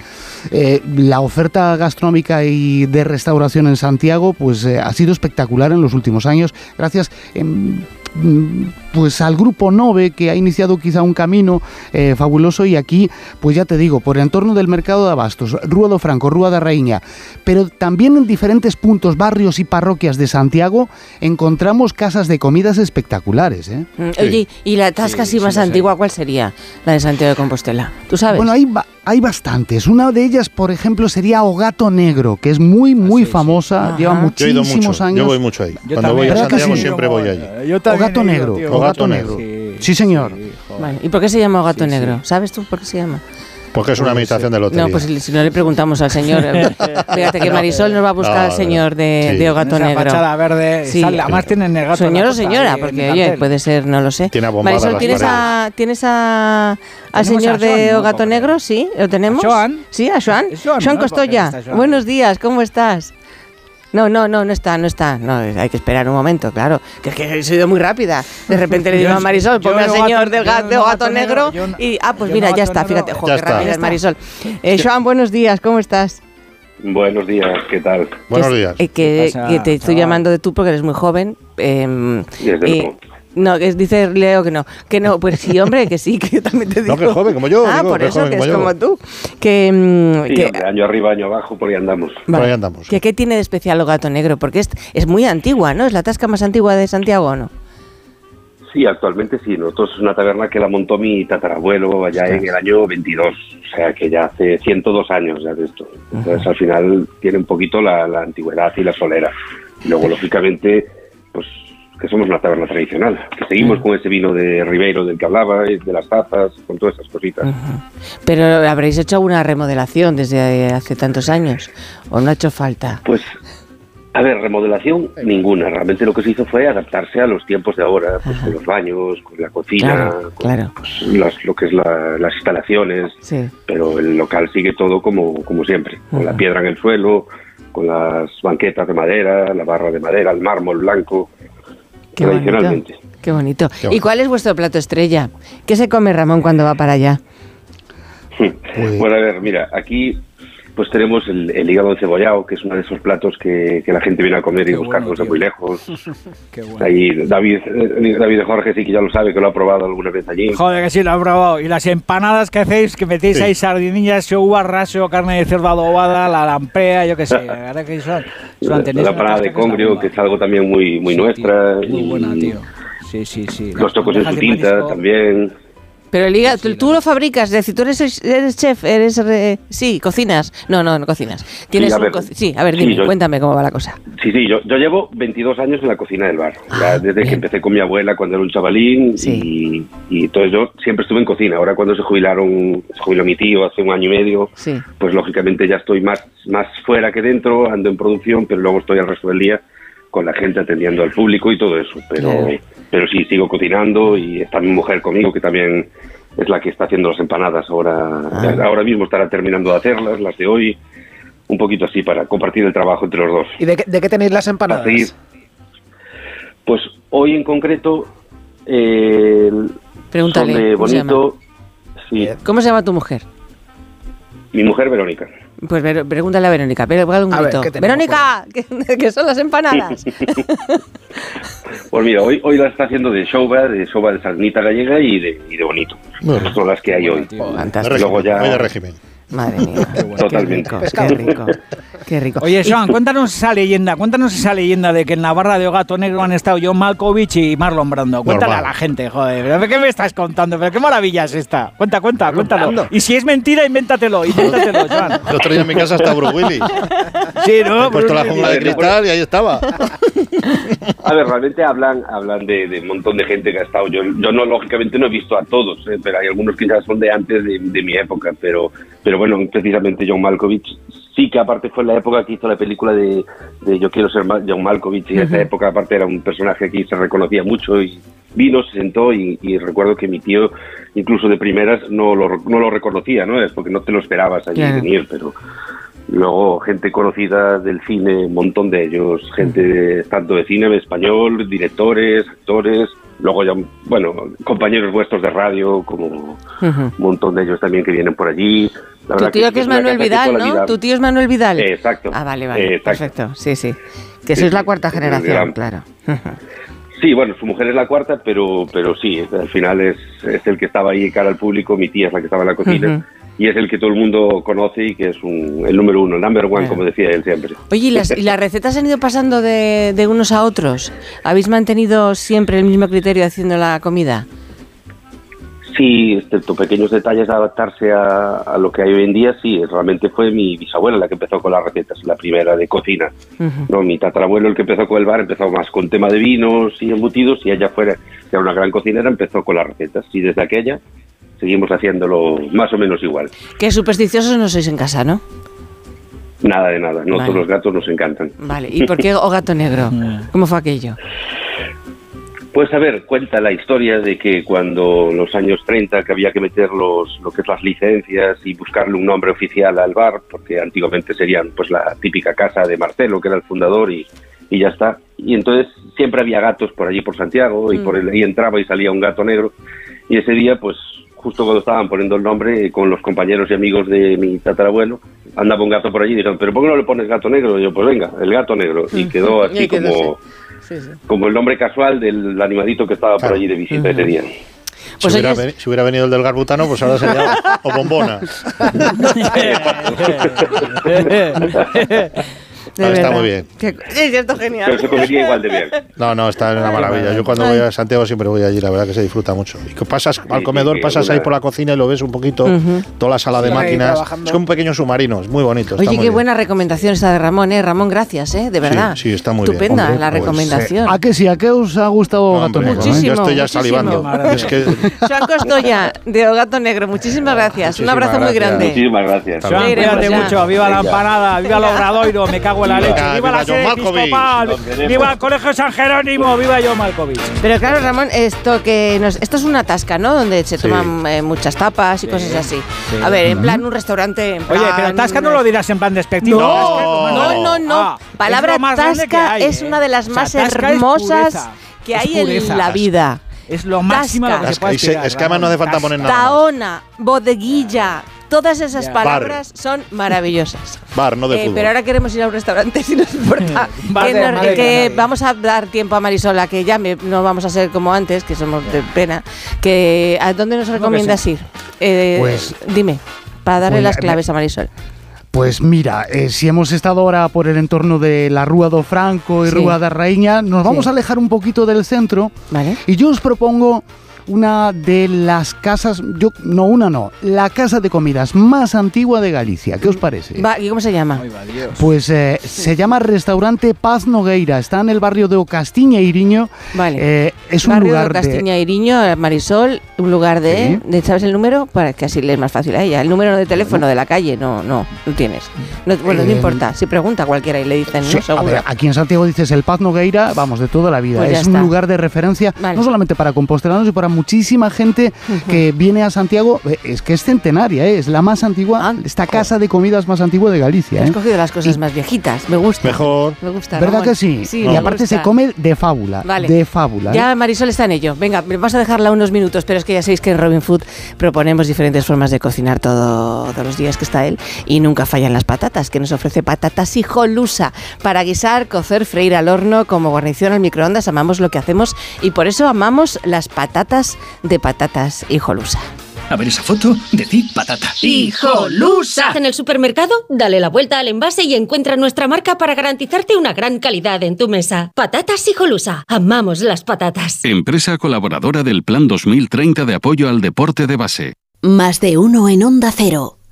Speaker 6: eh, la oferta gastronómica y de restauración en Santiago pues eh, ha sido espectacular en los últimos años, gracias em, mm, pues al grupo Nove que ha iniciado quizá un camino eh, fabuloso y aquí pues ya te digo por el entorno del mercado de Abastos, Rúa do Franco, Rúa da Raíña, pero también en diferentes puntos, barrios y parroquias de Santiago encontramos casas de comidas espectaculares. ¿eh?
Speaker 1: Mm, Oye, ¿y la tasca así más antigua cuál sería? La de Santiago de Compostela. ¿Tú sabes?
Speaker 6: Bueno, hay, ba- hay bastantes. Una de ellas, por ejemplo, sería O Gato Negro, que es muy, muy famosa,
Speaker 1: Ajá.
Speaker 6: lleva
Speaker 3: Yo he ido
Speaker 6: muchísimos
Speaker 3: mucho,
Speaker 6: años.
Speaker 3: yo voy mucho ahí.
Speaker 4: Yo
Speaker 3: Cuando
Speaker 4: también.
Speaker 3: voy a
Speaker 6: ¿Verdad que
Speaker 3: Santiago
Speaker 6: sí?
Speaker 3: siempre voy allí.
Speaker 4: Yo
Speaker 6: O
Speaker 4: también
Speaker 6: Gato
Speaker 4: he ido,
Speaker 6: Negro,
Speaker 4: tío.
Speaker 6: O Gato Negro.
Speaker 4: Sí.
Speaker 6: Sí, señor.
Speaker 1: Vale, ¿Y por qué se llama gato negro? ¿Sabes tú por qué se llama?
Speaker 3: Porque es una meditación de lotería.
Speaker 1: eh, No, pues si no le preguntamos al señor. eh, Fíjate que Marisol nos va a buscar
Speaker 3: No,
Speaker 1: al
Speaker 3: no,
Speaker 1: señor de,
Speaker 3: sí.
Speaker 1: de O
Speaker 4: Gato
Speaker 1: Gato
Speaker 4: Esa
Speaker 1: Negro.
Speaker 4: fachada verde.
Speaker 1: Sí.
Speaker 4: sale- además tienen el gato. en la
Speaker 1: Señor o
Speaker 4: puerta,
Speaker 1: señora,
Speaker 4: ahí en
Speaker 1: porque
Speaker 4: el
Speaker 1: oye,
Speaker 4: cartel.
Speaker 1: puede ser, no lo sé.
Speaker 3: Tiene abombadas
Speaker 1: Marisol,
Speaker 3: las
Speaker 1: ¿tienes, a, ¿tienes a, al
Speaker 4: Tenemos a
Speaker 1: señor de
Speaker 4: Joan,
Speaker 1: O
Speaker 4: ¿no?
Speaker 1: Gato Negro? Sí, ¿lo tenemos?
Speaker 4: ¿A Joan?
Speaker 1: Sí, a Joan.
Speaker 4: Es
Speaker 1: Joan,
Speaker 4: Joan, ¿no?
Speaker 1: Costoya.
Speaker 4: Está Joan.
Speaker 1: Buenos días, ¿cómo estás? No, no, no, no está, no está. No, hay que esperar un momento, claro. Que es que he sido muy rápida. De repente le digo
Speaker 4: Yo-
Speaker 1: a Marisol,
Speaker 4: yo
Speaker 1: ponme al
Speaker 4: no gato-
Speaker 1: señor del
Speaker 4: yo
Speaker 1: gato,
Speaker 4: no
Speaker 1: de O
Speaker 4: gato
Speaker 1: Gato
Speaker 4: negro,
Speaker 1: Negro.
Speaker 4: yo no-
Speaker 1: y, ah, pues
Speaker 4: yo
Speaker 1: mira,
Speaker 4: no
Speaker 1: ya
Speaker 4: gato
Speaker 1: está,
Speaker 4: negro.
Speaker 1: fíjate. jo,
Speaker 3: Ya
Speaker 1: qué
Speaker 3: está.
Speaker 1: rápida es Marisol. Eh, Joan, buenos días, ¿cómo estás?
Speaker 7: Buenos días, ¿qué tal?
Speaker 3: Buenos
Speaker 1: que-
Speaker 3: días.
Speaker 1: eh, que,
Speaker 4: ¿Qué pasa,
Speaker 1: que te estoy
Speaker 4: chaval?
Speaker 1: llamando de tú porque eres muy joven. em,
Speaker 7: Desde
Speaker 1: eh,
Speaker 7: luego.
Speaker 1: no, que es- dice Leo que no. Que no, pues sí, hombre, que sí, que yo también te digo.
Speaker 3: No, que es joven como yo,
Speaker 1: Ah,
Speaker 3: digo,
Speaker 1: por
Speaker 3: que es
Speaker 1: eso,
Speaker 3: joven
Speaker 1: que es
Speaker 3: como yo.
Speaker 1: como tú. Que, em,
Speaker 7: Sí,
Speaker 1: que-
Speaker 7: hombre, año arriba, año abajo, por ahí andamos.
Speaker 3: Por
Speaker 1: vale.
Speaker 3: ahí andamos.
Speaker 1: Que ¿Qué tiene de especial o gato negro? Porque es, es muy antigua, ¿no? Es la tasca más antigua de Santiago, ¿o no?
Speaker 7: Sí, actualmente sí. Nosotros es una taberna que la montó mi tatarabuelo allá en el año 22. O sea, que ya hace 102 años ya de esto. Entonces, al final tiene un poquito la, la antigüedad y la solera. Y luego, lógicamente, pues que somos una taberna tradicional. Que seguimos con ese vino de Ribeiro del que hablaba, eh, de las tazas, con todas esas cositas.
Speaker 1: Pero habréis hecho alguna remodelación desde hace tantos años. ¿O no ha hecho falta?
Speaker 7: Pues, a ver, remodelación ninguna. Realmente lo que se hizo fue adaptarse a los tiempos de ahora, pues con los baños, con la cocina,
Speaker 1: Claro,
Speaker 7: con
Speaker 1: claro.
Speaker 7: pues, las- lo que es la- las instalaciones.
Speaker 1: Sí.
Speaker 7: Pero el local sigue todo como, como siempre, con la
Speaker 1: Ajá.
Speaker 7: piedra en el suelo, con las banquetas de madera, la barra de madera, el mármol blanco,
Speaker 1: Qué
Speaker 7: tradicionalmente.
Speaker 1: bonito. Qué bonito.
Speaker 3: Qué
Speaker 1: ¿Y
Speaker 3: bonito.
Speaker 1: cuál es vuestro plato estrella? ¿Qué se come Ramón cuando va para allá?
Speaker 7: Bueno, a ver, mira, aquí pues tenemos el, el hígado encebollado, que es uno de esos platos que, que la gente viene a comer y
Speaker 4: Qué
Speaker 7: buscar
Speaker 4: bueno,
Speaker 7: cosas
Speaker 4: tío.
Speaker 7: muy lejos.
Speaker 4: Qué bueno.
Speaker 7: Ahí David, eh, David de Jorge sí que ya lo sabe, que lo ha probado alguna vez allí.
Speaker 4: Joder, que sí, lo he probado. Y las empanadas que hacéis, que metéis
Speaker 3: Sí.
Speaker 4: ahí sardinillas, uva, raso, carne de cerdo adobada, la lamprea, yo qué sé. La verdad que son,
Speaker 7: La,
Speaker 4: son tenéis
Speaker 7: la
Speaker 4: una
Speaker 7: parada de
Speaker 4: tasca que está
Speaker 7: congrio,
Speaker 4: bomba.
Speaker 7: que es algo también muy, muy
Speaker 4: Sí, tío,
Speaker 7: nuestra.
Speaker 4: muy
Speaker 7: y
Speaker 4: buena, tío. Sí, sí, sí.
Speaker 7: Los tocos en
Speaker 4: Lentejas
Speaker 7: su
Speaker 4: de
Speaker 7: tinta
Speaker 4: marisco.
Speaker 7: también.
Speaker 1: Pero el hígado, tú, tú lo fabricas, es decir, tú eres, eres chef, eres... re- sí, cocinas. No, no, no cocinas. Tienes
Speaker 7: a
Speaker 1: un
Speaker 7: ver.
Speaker 1: co- sí, a ver,
Speaker 7: Sí,
Speaker 1: dime,
Speaker 7: yo-
Speaker 1: cuéntame cómo va la cosa.
Speaker 7: Sí, sí, yo, yo llevo 22 años en la cocina del bar.
Speaker 1: Ah,
Speaker 7: O sea, desde que empecé con mi abuela cuando era un chavalín.
Speaker 1: Sí.
Speaker 7: Y, y entonces yo siempre estuve en cocina. Ahora cuando se jubilaron, se jubiló mi tío hace un año y medio,
Speaker 1: Sí.
Speaker 7: pues lógicamente ya estoy más, más fuera que dentro, ando en producción, pero luego estoy al resto del día con la gente atendiendo al público y todo eso. Pero,
Speaker 1: Claro.
Speaker 7: pero sí, sigo cocinando y está mi mujer conmigo que también es la que está haciendo las empanadas ahora.
Speaker 1: Ah.
Speaker 7: Ahora mismo estará terminando de hacerlas, las de hoy. Un poquito así para compartir el trabajo entre los dos.
Speaker 2: ¿Y de, qué- de qué tenéis las empanadas?
Speaker 7: Así, Pues hoy en concreto, eh,
Speaker 1: Pregúntale,
Speaker 7: son de
Speaker 1: ¿cómo se
Speaker 7: bonito. Sí,
Speaker 1: ¿Cómo se llama tu mujer?
Speaker 7: mi mujer Verónica.
Speaker 1: Pues ver- pregúntale a Verónica, pero pégale un
Speaker 2: A ver,
Speaker 1: grito.
Speaker 2: ¿qué tenemos
Speaker 1: ¡Verónica! Que, que son las empanadas.
Speaker 7: Pues mira, hoy, hoy la está haciendo de soba, de soba de sarnita gallega y de, y de bonito. Esas son las que hay hoy.
Speaker 3: De
Speaker 1: Fantástico.
Speaker 3: régimen,
Speaker 7: Luego ya-
Speaker 3: muy de régimen.
Speaker 1: Madre mía.
Speaker 7: Totalmente.
Speaker 1: Qué rico, qué rico. Qué rico.
Speaker 4: Oye, Joan, cuéntanos esa leyenda, cuéntanos esa leyenda de que en la barra de O Gato Negro han estado John Malkovich y Marlon Brando. Cuéntala a
Speaker 3: Normal.
Speaker 4: la gente, joder. ¿Pero ¿Qué me estás contando? ¿Pero qué maravilla es esta? Cuenta, cuenta, cuéntalo. Y si es mentira, invéntatelo, invéntatelo, Joan.
Speaker 3: El otro día en mi casa estaba Bruce Willis.
Speaker 4: Sí, ¿no?
Speaker 3: He puesto la jungla de cristal y ahí estaba.
Speaker 1: Pues
Speaker 7: A ver, realmente hablan hablan de, de un montón de gente que ha estado. Yo, yo no, lógicamente, no he visto a todos, eh, pero hay algunos que ya son de antes de, de mi época. Pero, pero bueno, precisamente John Malkovich sí que aparte fue la época que hizo la película de, de Yo quiero ser Ma- John Malkovich y en esa época aparte era un personaje que se reconocía mucho y vino, se sentó y, y recuerdo que mi tío incluso de primeras no lo, no lo reconocía, ¿no? Es porque no te lo esperabas allí
Speaker 1: Claro.
Speaker 7: venir, pero Luego, gente conocida del cine, un montón de ellos, gente tanto de cine en español, directores, actores, luego ya, bueno, compañeros vuestros de radio, como un montón de ellos también que vienen por allí. La
Speaker 1: Mm. Tu
Speaker 7: verdad
Speaker 1: tío que es
Speaker 7: una
Speaker 1: Manuel
Speaker 7: casa
Speaker 1: Vidal,
Speaker 7: toda la
Speaker 1: ¿no?
Speaker 7: vida-
Speaker 1: Tu tío es Manuel Vidal.
Speaker 7: Eh, Exacto.
Speaker 1: Ah, vale, vale.
Speaker 7: Exacto.
Speaker 1: Perfecto, sí, sí. Que
Speaker 7: Sí,
Speaker 1: sois la
Speaker 7: sí,
Speaker 1: cuarta
Speaker 7: sí, gran.
Speaker 1: generación, claro.
Speaker 7: Sí, bueno, su mujer es la cuarta, pero, pero sí, al final es, es el que estaba ahí cara al público, mi tía es la que estaba en la cocina.
Speaker 1: Ujú.
Speaker 7: Y es el que todo el mundo conoce y que es un- el número uno, el number one,
Speaker 1: Claro.
Speaker 7: como decía él siempre.
Speaker 1: Oye, ¿y las, y las recetas han ido pasando de, de unos a otros? ¿Habéis mantenido siempre el mismo criterio haciendo la comida?
Speaker 7: Sí, este, excepto pequeños detalles de adaptarse a, a lo que hay hoy en día, sí, realmente fue mi bisabuela la que empezó con las recetas, la primera de cocina.
Speaker 1: Ujú.
Speaker 7: No, mi tatarabuelo, el que empezó con el bar, empezó más con tema de vinos y embutidos y ella fuera, que era una gran cocinera, empezó con las recetas. Y desde aquella seguimos haciéndolo más o menos igual.
Speaker 1: Que supersticiosos no sois en casa, ¿no?
Speaker 7: Nada de nada, nosotros
Speaker 1: Vale.
Speaker 7: los gatos nos encantan.
Speaker 1: Vale. ¿Y por qué o gato negro? ¿Cómo fue aquello?
Speaker 7: Pues a ver, cuenta la historia de que cuando en los años 30 que había que meter los, lo que es las licencias y buscarle un nombre oficial al bar, porque antiguamente serían pues la típica casa de Marcelo, que era el fundador y, y ya está. Y entonces siempre había gatos por allí por Santiago y por el- ahí entraba y salía un gato negro. Y ese día, pues justo cuando estaban poniendo el nombre, eh, con los compañeros y amigos de mi tatarabuelo, andaba un gato por allí y dijeron, pero ¿por qué no le pones gato negro? Y yo, pues venga, el gato negro. Y quedó así como como el nombre casual del animalito que estaba
Speaker 3: Claro.
Speaker 7: por allí de visita ese día.
Speaker 3: Si,
Speaker 1: Pues
Speaker 3: hubiera
Speaker 1: oyes-
Speaker 3: veni- si hubiera venido el del Garbutano, pues ahora sería o bombona.
Speaker 1: De
Speaker 3: Ah, está
Speaker 1: verdad.
Speaker 3: muy bien.
Speaker 1: Qué- Sí, esto genial.
Speaker 7: Pero se comería igual de bien.
Speaker 3: No, no, está una maravilla. Yo cuando voy a Santiago siempre voy allí, la verdad que se disfruta mucho. Y que eh. pasas al
Speaker 7: sí,
Speaker 3: comedor,
Speaker 7: sí,
Speaker 3: pasas ahí
Speaker 7: alguna-
Speaker 3: por la cocina y lo ves un poquito, toda la sala de
Speaker 2: Sí, ahí
Speaker 3: máquinas.
Speaker 2: trabajando.
Speaker 3: Es como un pequeño submarino, es muy bonito. está
Speaker 1: Oye,
Speaker 3: muy
Speaker 1: qué
Speaker 3: bien.
Speaker 1: buena recomendación esta de Ramón, ¿eh? Ramón, gracias, ¿eh? De verdad.
Speaker 3: sí, está muy bien.
Speaker 1: Estupenda
Speaker 3: Hombre,
Speaker 1: la
Speaker 3: pues,
Speaker 1: recomendación.
Speaker 6: ¿A que sí? ¿A qué os ha gustado
Speaker 3: No,
Speaker 6: Gato
Speaker 3: hombre,
Speaker 6: Negro? eh?
Speaker 1: Muchísimo.
Speaker 3: yo estoy ya
Speaker 1: muchísimo.
Speaker 3: salivando. Es que
Speaker 1: Joan Costoya, de O Gato Negro, muchísimas gracias. Un
Speaker 3: Muchísimas
Speaker 1: abrazo muy
Speaker 3: gracias.
Speaker 1: grande.
Speaker 7: Muchísimas gracias.
Speaker 3: Hasta
Speaker 4: Joan,
Speaker 1: luego.
Speaker 4: cuídate
Speaker 1: Iremos ya.
Speaker 4: mucho. Viva la empanada, viva el obradoiro, me cago en la
Speaker 3: Viva,
Speaker 4: leche. Viva
Speaker 3: viva
Speaker 4: la sede
Speaker 3: John Malkovich.
Speaker 4: episcopal,
Speaker 7: Los queremos.
Speaker 4: viva el colegio San Jerónimo, viva John Malkovich.
Speaker 1: Pero claro, Ramón, esto que nos, esto es una tasca, ¿no? Donde se toman eh, muchas tapas y cosas así. A ver, en plan un restaurante. En plan, eh,
Speaker 4: Oye, pero Tasca no lo dirás en plan despectivo.
Speaker 3: No.
Speaker 4: Tasca es lo más
Speaker 1: No,
Speaker 4: grande.
Speaker 1: no, no.
Speaker 4: Ah, es
Speaker 1: Palabra
Speaker 4: lo más grande que
Speaker 1: tasca
Speaker 4: hay,
Speaker 1: es
Speaker 4: ¿eh?
Speaker 1: una de las
Speaker 4: O sea,
Speaker 1: más
Speaker 4: tasca es
Speaker 1: hermosas
Speaker 4: pureza,
Speaker 1: que
Speaker 4: es
Speaker 1: hay en
Speaker 4: pureza.
Speaker 1: la vida.
Speaker 4: Es lo máximo a lo que
Speaker 1: Tasca.
Speaker 4: se puede
Speaker 3: Tasca, y se-
Speaker 4: aspirar,
Speaker 3: es que además no hace
Speaker 4: Ramón.
Speaker 3: falta poner nada. más.
Speaker 1: Taona, bodeguilla, todas esas
Speaker 4: Ya.
Speaker 1: palabras son maravillosas.
Speaker 3: bar, no de
Speaker 1: Eh,
Speaker 3: fútbol.
Speaker 1: pero ahora queremos ir a un restaurante, si nos
Speaker 6: Mm.
Speaker 1: importa.
Speaker 4: Vale,
Speaker 1: que nos-
Speaker 4: vale,
Speaker 1: que
Speaker 4: vale.
Speaker 1: vamos a dar tiempo a Marisola que llame, no vamos a ser como antes, que somos de pena. Que, ¿A dónde nos recomiendas ir? Eh,
Speaker 6: Pues-
Speaker 1: dime, para darle
Speaker 6: Pues,
Speaker 1: las
Speaker 6: me-
Speaker 1: claves a Marisol.
Speaker 6: Pues mira, eh, si hemos estado ahora por el entorno de la Rúa do Franco y
Speaker 1: Sí.
Speaker 6: Rúa da Raíña, nos vamos
Speaker 1: Sí.
Speaker 6: a alejar un poquito del centro
Speaker 1: ¿Vale?
Speaker 6: y yo os propongo una de las casas, yo no una no, la casa de comidas más antigua de Galicia. ¿Qué os parece?
Speaker 1: Va, ¿Y cómo se llama?
Speaker 6: Pues eh, se llama Restaurante Paz Nogueira, está en el barrio de Ocastiña Iriño.
Speaker 1: Vale.
Speaker 6: Eh, es un
Speaker 1: Barrio
Speaker 6: lugar
Speaker 1: de Castiña
Speaker 6: de
Speaker 1: Iriño, eh, Marisol, un lugar de,
Speaker 6: Sí.
Speaker 1: de- ¿Sabes el número? Para que así le es más fácil a ella. El número de teléfono de la calle, no, no, no tienes. No- bueno, no
Speaker 6: Eh,
Speaker 1: importa. Si pregunta cualquiera y le dicen,
Speaker 6: Sí,
Speaker 1: no,
Speaker 6: a
Speaker 1: seguro.
Speaker 6: ver, aquí en Santiago dices el Paz Nogueira, vamos, de toda la vida.
Speaker 1: Pues ya
Speaker 6: es un
Speaker 1: está.
Speaker 6: lugar de referencia,
Speaker 1: Vale.
Speaker 6: no solamente para compostelanos, sino para muchísima gente que viene a Santiago. Eh, Es que es centenaria, eh, es la más antigua,
Speaker 1: Ah,
Speaker 6: esta casa de comidas más antigua de Galicia.
Speaker 1: Has
Speaker 6: eh.
Speaker 1: cogido las cosas más viejitas, me gusta.
Speaker 3: Mejor.
Speaker 1: Me gusta.
Speaker 6: ¿Verdad
Speaker 1: Ramón.
Speaker 6: que sí?
Speaker 1: me
Speaker 6: y aparte
Speaker 1: gusta.
Speaker 6: se come de fábula,
Speaker 1: Vale.
Speaker 6: de fábula. eh.
Speaker 1: Ya Marisol está en ello. Venga, vamos a dejarla unos minutos, pero es que ya sabéis que en Robin Food proponemos diferentes formas de cocinar todo- todos los días que está él y nunca fallan las patatas, que nos ofrece patatas hijolusa para guisar, cocer, freír al horno como guarnición al microondas. Amamos lo que hacemos y por eso amamos las patatas de patatas hijolusa.
Speaker 8: A ver esa foto, decir patata.
Speaker 9: ¡Hijolusa! En el supermercado, dale la vuelta al envase y encuentra nuestra marca para garantizarte una gran calidad en tu mesa. Patatas Hijolusa. Amamos las patatas.
Speaker 8: Empresa colaboradora del Plan 2030 de apoyo al deporte de base.
Speaker 10: Más de uno en Onda Cero,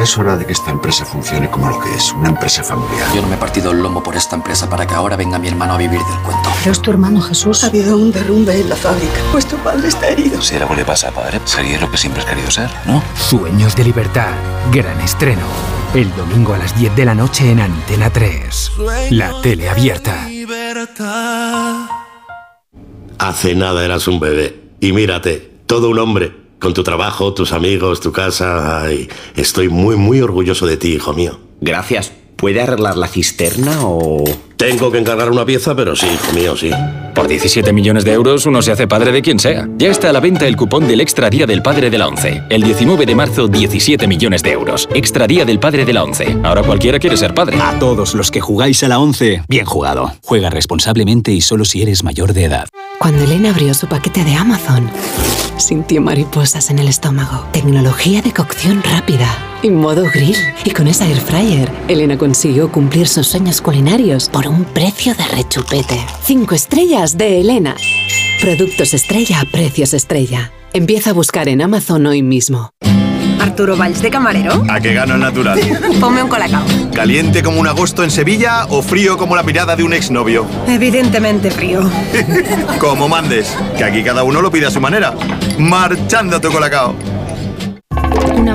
Speaker 11: Es hora de que esta empresa funcione como lo que es, una empresa familiar.
Speaker 12: Yo no me he partido el lomo por esta empresa para que ahora venga mi hermano a vivir del cuento.
Speaker 13: Pero es tu hermano Jesús. Ha habido un derrumbe en la fábrica. Vuestro padre está herido.
Speaker 11: Si algo le pasa a padre, sería lo que siempre has querido ser, ¿no?
Speaker 14: Sueños de libertad. Gran estreno. El domingo a las 10 de la noche en Antena 3. La tele abierta.
Speaker 15: Hace nada eras un bebé. Y mírate, todo un hombre. Con tu trabajo, tus amigos, tu casa. Ay, estoy muy, muy orgulloso de ti, hijo mío. Gracias. ¿Puede arreglar la cisterna o...? Tengo que encargar una pieza, pero sí, hijo mío, sí.
Speaker 16: Por 17 millones de euros uno se hace padre de quien sea. Ya está a la venta el cupón del Extra Día del Padre de la ONCE. El 19 de marzo, 17 millones de euros. Extra Día del Padre de la ONCE. Ahora cualquiera quiere ser padre.
Speaker 17: A todos los que jugáis a la 11, bien jugado. Juega responsablemente y solo si eres mayor de edad.
Speaker 18: Cuando Elena abrió su paquete de Amazon, sintió mariposas en el estómago. Tecnología de cocción rápida y modo grill. Y con esa air fryer, Elena consiguió cumplir sus sueños culinarios por un precio de rechupete. Cinco estrellas de Elena. Productos estrella a precios estrella. Empieza a buscar en Amazon hoy mismo.
Speaker 19: Arturo Valls de camarero.
Speaker 20: A que gano el natural.
Speaker 19: Ponme un colacao.
Speaker 20: ¿Caliente como un agosto en Sevilla o frío como la mirada de un exnovio?
Speaker 19: Evidentemente frío.
Speaker 20: Como mandes, que aquí cada uno lo pide a su manera. Marchando a tu colacao.
Speaker 21: Una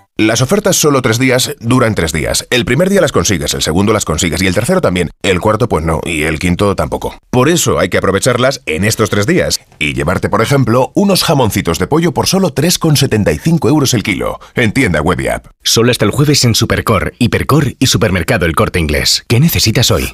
Speaker 22: Las ofertas solo tres días duran tres días. El primer día las consigues, el segundo las consigues y el tercero también. El cuarto pues no y el quinto tampoco. Por eso hay que aprovecharlas en estos tres días y llevarte por ejemplo unos jamoncitos de pollo por solo 3,75 euros el kilo en tienda web y app.
Speaker 23: Solo hasta el jueves en Supercor, Hipercor y Supermercado El Corte Inglés. ¿Qué necesitas hoy?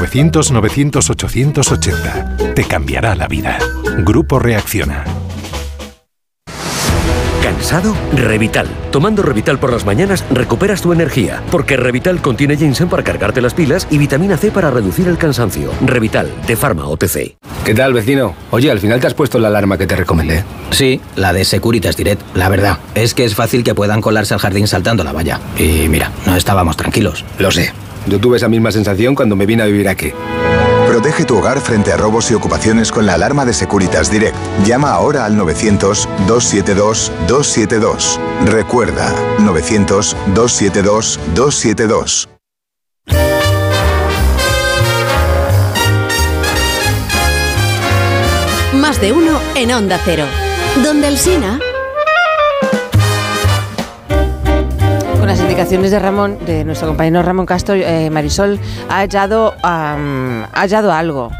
Speaker 24: 900-900-880. Te cambiará la vida. Grupo Reacciona.
Speaker 25: ¿Cansado? Revital. Tomando Revital por las mañanas recuperas tu energía, porque Revital contiene ginseng para cargarte las pilas y vitamina C para reducir el cansancio. Revital, de Pharma OTC.
Speaker 26: ¿Qué tal, vecino? Oye, al final te has puesto la alarma que te recomendé.
Speaker 27: Sí, la de Securitas Direct. La verdad, es que es fácil que puedan colarse al jardín saltando la valla. Y mira, no estábamos tranquilos.
Speaker 26: Lo sé. Yo tuve esa misma sensación cuando me vine a vivir aquí.
Speaker 28: Protege tu hogar frente a robos y ocupaciones con la alarma de Securitas Direct. Llama ahora al 900-272-272. Recuerda, 900-272-272.
Speaker 10: Más de uno en Onda Cero. Donde Alsina.
Speaker 1: Con las indicaciones de Ramón, de nuestro compañero Ramón Castro, eh, Marisol ha hallado, am, ha hallado algo.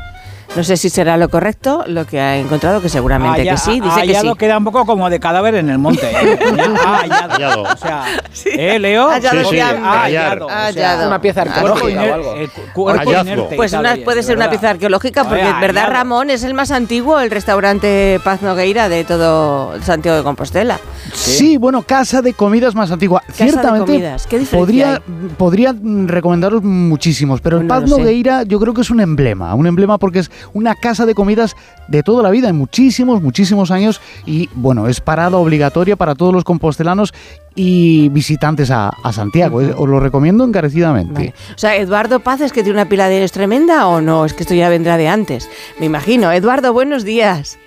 Speaker 1: No sé si será lo correcto, lo que ha encontrado, que seguramente
Speaker 4: Haya-
Speaker 1: que sí. Dice que sí.
Speaker 4: hallado queda un poco como de cadáver en el monte. ¿eh? Ya, hallado. O sea, ¿eh, Leo?
Speaker 1: Hallado, Sí, sí, hallado.
Speaker 4: hallado.
Speaker 1: hallar.
Speaker 4: O sea,
Speaker 1: Hallado. Una pieza
Speaker 4: cuerpo
Speaker 1: arqueológica
Speaker 4: iner-
Speaker 1: o algo.
Speaker 4: eh, cu- cuerpo inerte y
Speaker 1: Pues
Speaker 4: tal,
Speaker 1: una,
Speaker 4: oye,
Speaker 1: puede
Speaker 4: de
Speaker 1: ser una
Speaker 4: verdad.
Speaker 1: pieza arqueológica, porque
Speaker 4: Oye,
Speaker 1: en verdad
Speaker 4: hallado.
Speaker 1: Ramón es el más antiguo, el restaurante Paz Nogueira de todo Santiago de Compostela.
Speaker 6: Sí, bueno, casa de comidas más antigua.
Speaker 1: Casa de
Speaker 6: Ciertamente
Speaker 1: comidas, ¿qué diferencia
Speaker 6: podría, podría mm, recomendaros muchísimos, pero el
Speaker 1: Bueno,
Speaker 6: Paz
Speaker 1: lo sé.
Speaker 6: Nogueira yo creo que es un emblema, un emblema porque es una casa de comidas de toda la vida, en muchísimos, muchísimos años y bueno, es parada obligatoria para todos los compostelanos y visitantes a, a Santiago. eh, Os lo recomiendo encarecidamente.
Speaker 1: O sea, Eduardo Paz es que tiene una pila de es tremenda o no, es que esto ya vendrá de antes. Me imagino. Eduardo, buenos días.